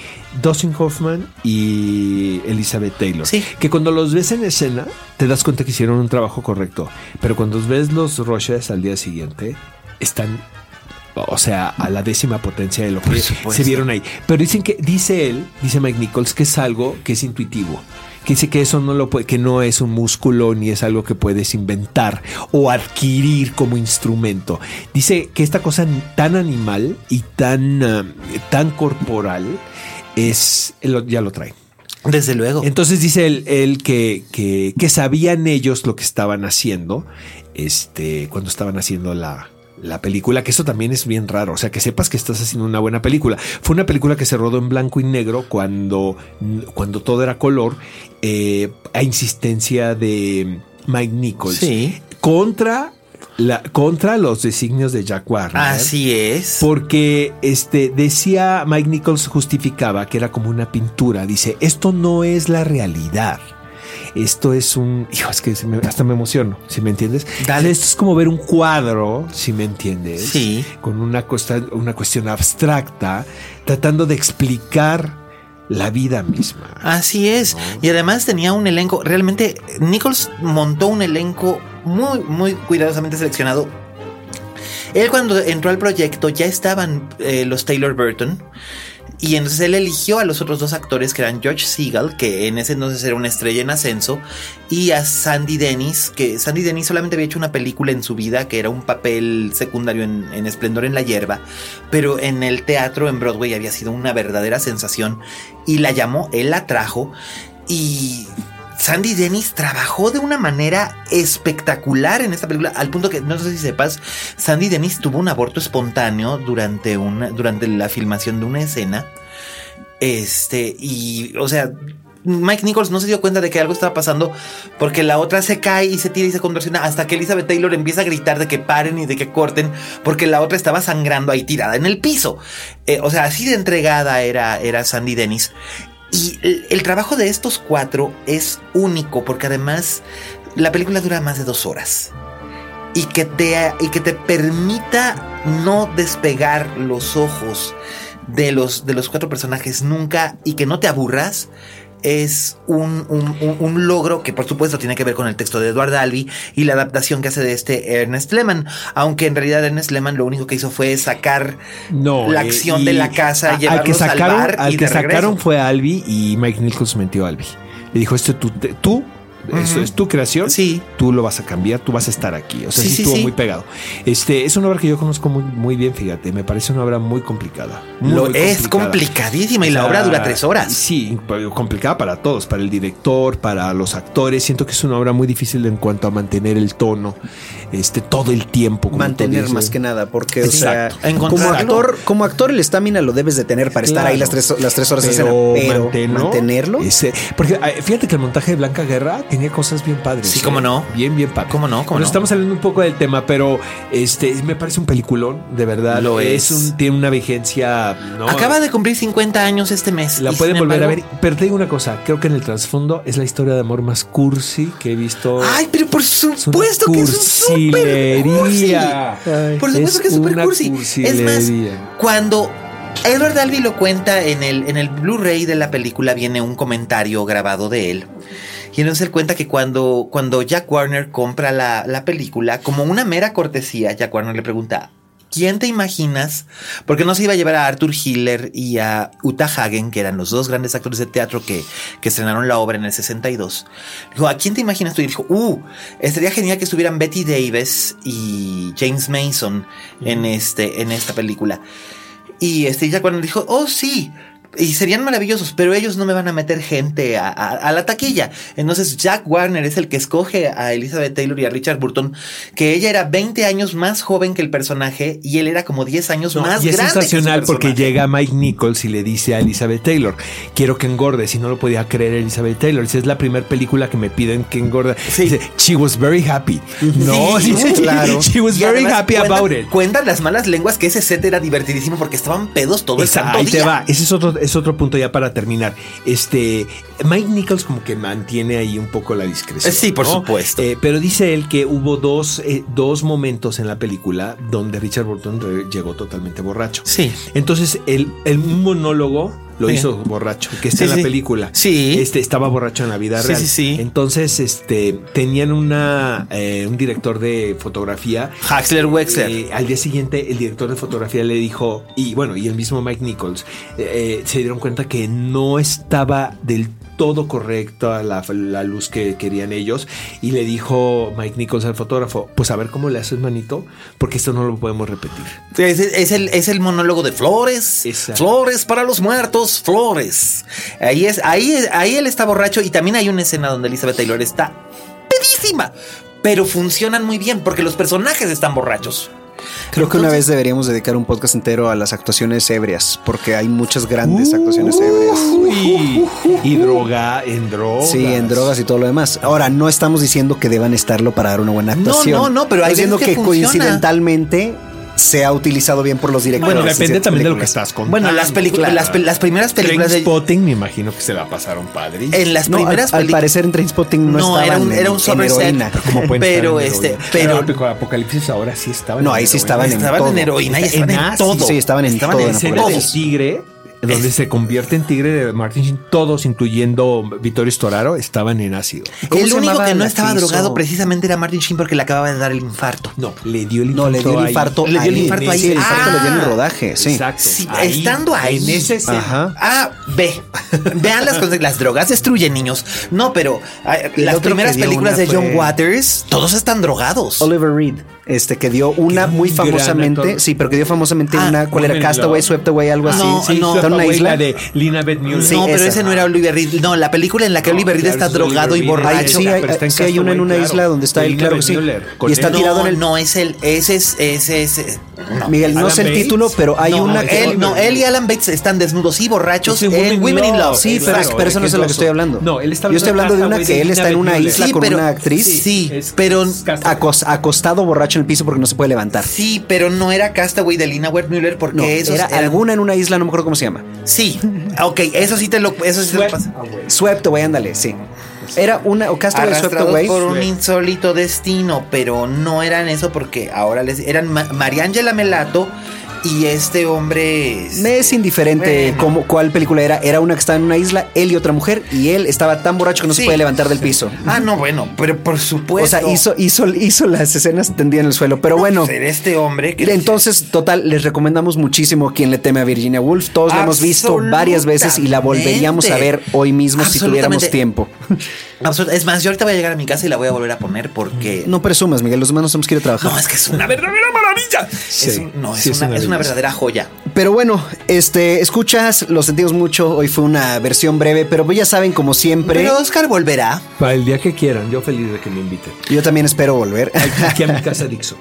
Dustin Hoffman y Elizabeth Taylor. Sí. Que cuando los ves en escena, te das cuenta que hicieron un trabajo correcto. Pero cuando ves los rushes al día siguiente, están, o sea, a la décima potencia de lo que se vieron ahí. Pero dicen que, dice él, dice Mike Nichols, que es algo que es intuitivo. Que dice que eso no lo puede, que no es un músculo ni es algo que puedes inventar o adquirir como instrumento. Dice que esta cosa tan animal y tan, ah, tan corporal es, lo- ya lo trae. Desde luego. Entonces dice él, él que, que- que sabían ellos lo que estaban haciendo este, cuando estaban haciendo la, la película, que eso también es bien raro. O sea, que sepas que estás haciendo una buena película. Fue una película que se rodó en blanco y negro cuando, cuando todo era color, eh, a insistencia de Mike Nichols. Sí. Contra, la, contra los designios de Jack Warner. Así es. Porque este, decía Mike Nichols, justificaba que era como una pintura. Dice: Esto no es la realidad. Esto es un. Hijo, es que se me- hasta me emociono, si me entiendes. Dale. Esto es como ver un cuadro, si me entiendes. Sí. Con una, costa- una cuestión abstracta, tratando de explicar la vida misma. Así es. Y además tenía un elenco, realmente Nichols montó un elenco muy, muy cuidadosamente seleccionado. Él cuando entró al proyecto ya estaban eh, los Taylor Burton. Y entonces él eligió a los otros dos actores que eran George Segal, que en ese entonces era una estrella en ascenso, y a Sandy Dennis, que Sandy Dennis solamente había hecho una película en su vida, que era un papel secundario en, en Esplendor en la Hierba, pero en el teatro en Broadway había sido una verdadera sensación, y la llamó, él la trajo, y Sandy Dennis trabajó de una manera espectacular en esta película, al punto que, no sé si sepas, Sandy Dennis tuvo un aborto espontáneo durante, una, durante la filmación de una escena. Este, y, o sea, Mike Nichols no se dio cuenta de que algo estaba pasando porque la otra se cae y se tira y se contorsiona hasta que Elizabeth Taylor empieza a gritar de que paren y de que corten porque la otra estaba sangrando ahí tirada en el piso. Eh, o sea, así de entregada era, era Sandy Dennis. Y el, el trabajo de estos cuatro es único porque además la película dura más de dos horas y que te, y que te permita no despegar los ojos de los, de los cuatro personajes nunca y que no te aburras. Es un, un- un- un logro que por supuesto tiene que ver con el texto de Edward Albi y la adaptación que hace de este Ernest Lehman, aunque en realidad Ernest Lehman lo único que hizo fue sacar No, la eh, acción y de la casa, a- al llevarlos que sacaron, al bar al y que de regreso. sacaron fue a Albi y Mike Nichols metió a Albi. Le dijo, este tú, te- tú Eso es tu creación. Sí. Tú lo vas a cambiar, tú vas a estar aquí. O sea, Sí, sí, sí, estuvo sí. muy pegado. Este, es una obra que yo conozco muy, muy bien, fíjate. Me parece una obra muy complicada. Muy, Lo muy es complicada. complicadísima y la O sea, obra dura tres horas. Sí, pero complicada para todos, para el director, para los actores. Siento que es una obra muy difícil en cuanto a mantener el tono, este, todo el tiempo. como tú Mantener dices. más que nada, porque, Exacto. o sea, como Encontrarlo. actor, como actor, el estamina lo debes de tener para estar Claro. ahí las tres, las tres horas de escena, Pero pero manténlo, mantenerlo. ese- porque ah, fíjate que el montaje de Blanca Guerra tenía cosas bien padres. ¿eh? Sí, cómo no. Bien, bien padres. Cómo no, cómo Nos no. Estamos hablando un poco del tema, pero este me parece un peliculón, de verdad. Lo es. un- tiene una vigencia. ¿no? Acaba de cumplir 50 años este mes. La y pueden sin volver a embargo- ver. Pero te digo una cosa, creo que en el trasfondo es la historia de amor más cursi que he visto. Ay, pero por Es una supuesto que es un super cursi. cursilería. Ay, Por supuesto que es super una cursi. Es más, cursilería. cuando Edward Dalby lo cuenta en el, en el Blu-ray de la película, viene un comentario grabado de él. Y entonces él cuenta que cuando, cuando Jack Warner compra la, la película, como una mera cortesía, Jack Warner le pregunta. ¿Quién te imaginas? Porque no se iba a llevar a Arthur Hiller y a Uta Hagen, que eran los dos grandes actores de teatro que, que estrenaron la obra en el 62. Dijo, ¿a quién te imaginas tú? Y dijo, uh, estaría genial que estuvieran Betty Davis y James Mason en, este, en esta película. Y este Jack Warner dijo, oh sí, y serían maravillosos, pero ellos no me van a meter gente a, a- a la taquilla. Entonces Jack Warner es el que escoge a Elizabeth Taylor y a Richard Burton, que ella era 20 años más joven que el personaje y él era como 10 años No, más y es grande. que su sensacional porque personaje. llega Mike Nichols y le dice a Elizabeth Taylor, quiero que engorde, si no lo podía creer Elizabeth Taylor. Dice, es la primera película que me piden que engorde. Dice, she was very happy. No, Sí, dice, claro. she was Y very además happy cuentan- about it. Cuentan las malas lenguas que ese set era divertidísimo porque estaban pedos todo el Esa- santo ahí te día. va. Ese es otro, es otro punto ya para terminar. Este, Mike Nichols como que mantiene ahí un poco la discreción. Sí, por ¿no? supuesto. Eh, pero dice él que hubo dos, eh, dos momentos en la película donde Richard Burton re- llegó totalmente borracho. Sí. Entonces, el, el un monólogo lo Sí. hizo borracho, que está Sí, en la sí. película. Sí. Este, estaba borracho en la vida Sí, real. sí, sí. Entonces, este, tenían una, eh, un director de fotografía Haxler Wexler. eh, al día siguiente, el director de fotografía le dijo, y bueno, y el mismo Mike Nichols, eh, eh, se dieron cuenta que no estaba del todo correcta la, la luz que querían ellos. Y le dijo Mike Nichols al fotógrafo, pues a ver cómo le haces, manito, porque esto no lo podemos repetir. Es, es el, es el monólogo de Flores. Exacto. Flores para los muertos, Flores. Ahí es, ahí, es- ahí él está borracho y también hay una escena donde Elizabeth Taylor está pedísima. Pero funcionan muy bien porque los personajes están borrachos. Creo que una vez Entonces- deberíamos dedicar un podcast entero a las actuaciones ebrias, porque hay muchas grandes actuaciones ebrias. Y, y droga, en drogas. Sí, en drogas y todo lo demás. Ahora, no estamos diciendo que deban estarlo para dar una buena No, actuación. no, no, pero hay Estamos diciendo veces que que, funciona. coincidentalmente se ha utilizado bien por los directores. Bueno, en depende ciertas también de lo que películas. estás contando. Bueno, las películas, las, pe- las primeras películas de. Spotting, me imagino que se la pasaron padre. En las No, al, primeras al películas. parecer en Trainspotting no, estaba era un, era un en Somerset, heroína. Pero este, pero Apocalipsis ahora sí estaba. No, ahí sí estaban en estaban todo. en heroína y En estaban en ácido. todo. Sí, estaban en todo, la en escena del todos. tigre, donde se convierte en tigre de Martin Sheen, todos, incluyendo Vittorio Storaro, estaban en ácido. ¿Cómo El se único llamaba que no la estaba que hizo? drogado precisamente era Martin Sheen porque le acababa de dar el infarto. No, le dio el infarto. No, le dio el ahí. infarto. Le dio el ahí. infarto ahí. Sí, el infarto Ah. le dio en el rodaje. Sí. Exacto. Sí, estando ahí. En ese escena. Ajá. Ah, ve. Vean las cosas. Las drogas destruyen niños. No, pero ah, El las otro primeras que dio películas una de John fue- Waters, todos están drogados. Oliver Reed, este que dio una Que muy un gran actor. famosamente, sí, pero que dio famosamente Ah, una ¿cuál era? Women in Castaway, Love. Ah, Swept Away, algo así. No, sí, no. está en una Esta isla. abuela de Lina Beth Sí, no, pero esa. ese no era Oliver Reed. No, la película en la que No, Oliver Reed claro, está es Oliver drogado y Reed, Ay, borracho. sí, hay, pero está en sí, hay una en una Castaway, isla donde está claro. él, claro que sí. Elizabeth Müller, con Y está él. no, tirado en el. no es el, ese es, ese es, ese- no. Miguel, no Alan sé el Bates. título, pero hay no, una. él, no, él y Alan Bates están desnudos y borrachos Es en en Women in Love. Sí, pero, Claro, es- pero eso de no es que de lo es que estoy oso. hablando. No, él está Yo estoy hablando hablando de de una Castaway de que él está en Elizabeth una Müller. isla Sí, con pero- una actriz Sí, pero ah, acos- acostado borracho en el piso porque no se puede levantar. Sí, pero no era Castaway de Lina Wertmüller porque No, eso era alguna en una isla, no me acuerdo cómo se llama. Sí, ok, eso sí te lo, eso sí te lo pasa. Swept Away, ándale, sí. Era una, o Castaway Swept Arrastrados Away. por un insólito destino, pero no eran eso porque ahora les eran Ma- Mariangela Melato Y este hombre. es- Me es indiferente Bueno. cómo- cuál película era. Era una que estaba en una isla, él y otra mujer, y él estaba tan borracho que no Sí. se puede levantar del piso. Ah, no, bueno, pero por supuesto. o sea, hizo, hizo, hizo las escenas tendidas en el suelo. Pero bueno, Ser este hombre que. entonces, total, les recomendamos muchísimo quien le teme a Virginia Woolf. Todos la hemos visto varias veces y la volveríamos a ver hoy mismo si tuviéramos Absolutamente. tiempo. Absolut- Es más, yo ahorita voy a llegar a mi casa y la voy a volver a poner porque. No presumas, Miguel, los humanos hemos que ir a trabajar. No, es que es una verdadera maravilla. es Sí, un- no, es, sí, es una, una es una belleza. verdadera joya. Pero bueno, este, escuchas, lo sentimos mucho. Hoy fue una versión breve, pero pues ya saben, como siempre, Pero Oscar volverá. Para el día que quieran, yo feliz de que me inviten. yo también espero volver. Aquí a mi casa Dixo.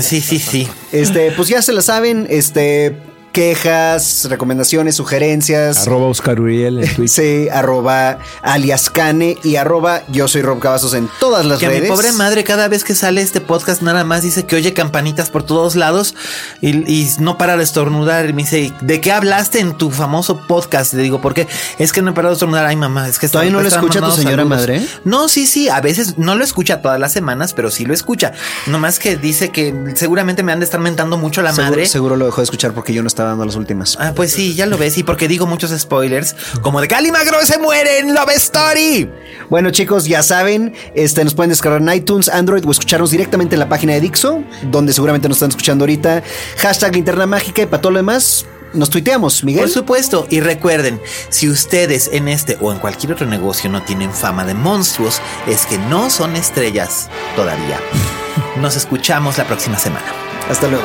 Sí, sí, sí. Este, pues ya se la saben, este, quejas, recomendaciones, sugerencias. Arroba Oscar Uriel en Twitter. Sí, arroba alias Cane y arroba yo soy Rob Cavazos en todas las Que redes. mi pobre madre cada vez que sale este podcast nada más dice que oye campanitas por todos lados y, y no para de estornudar. Y me dice, ¿de qué hablaste en tu famoso podcast? Le digo, ¿por qué? Es que no he parado de estornudar. Ay, mamá, es que... ¿Todavía no lo estaba escucha tu mandando señora madre? No, sí, sí. A veces no lo escucha todas las semanas, pero sí lo escucha. Nomás que dice que seguramente me han de estar mentando mucho la Seguro, madre. seguro lo dejó de escuchar porque yo no estaba dando las últimas. Ah, pues sí, ya lo ves. Y porque digo muchos spoilers, como de Cali Magro se muere en Love Story. Bueno, chicos, ya saben, este, nos pueden descargar en iTunes, Android o escucharnos directamente en la página de Dixo, donde seguramente nos están escuchando ahorita. Hashtag linterna mágica y para todo lo demás, nos tuiteamos, Miguel. Por supuesto, y recuerden, si ustedes en este o en cualquier otro negocio no tienen fama de monstruos, es que no son estrellas todavía. Nos escuchamos la próxima semana. Hasta luego.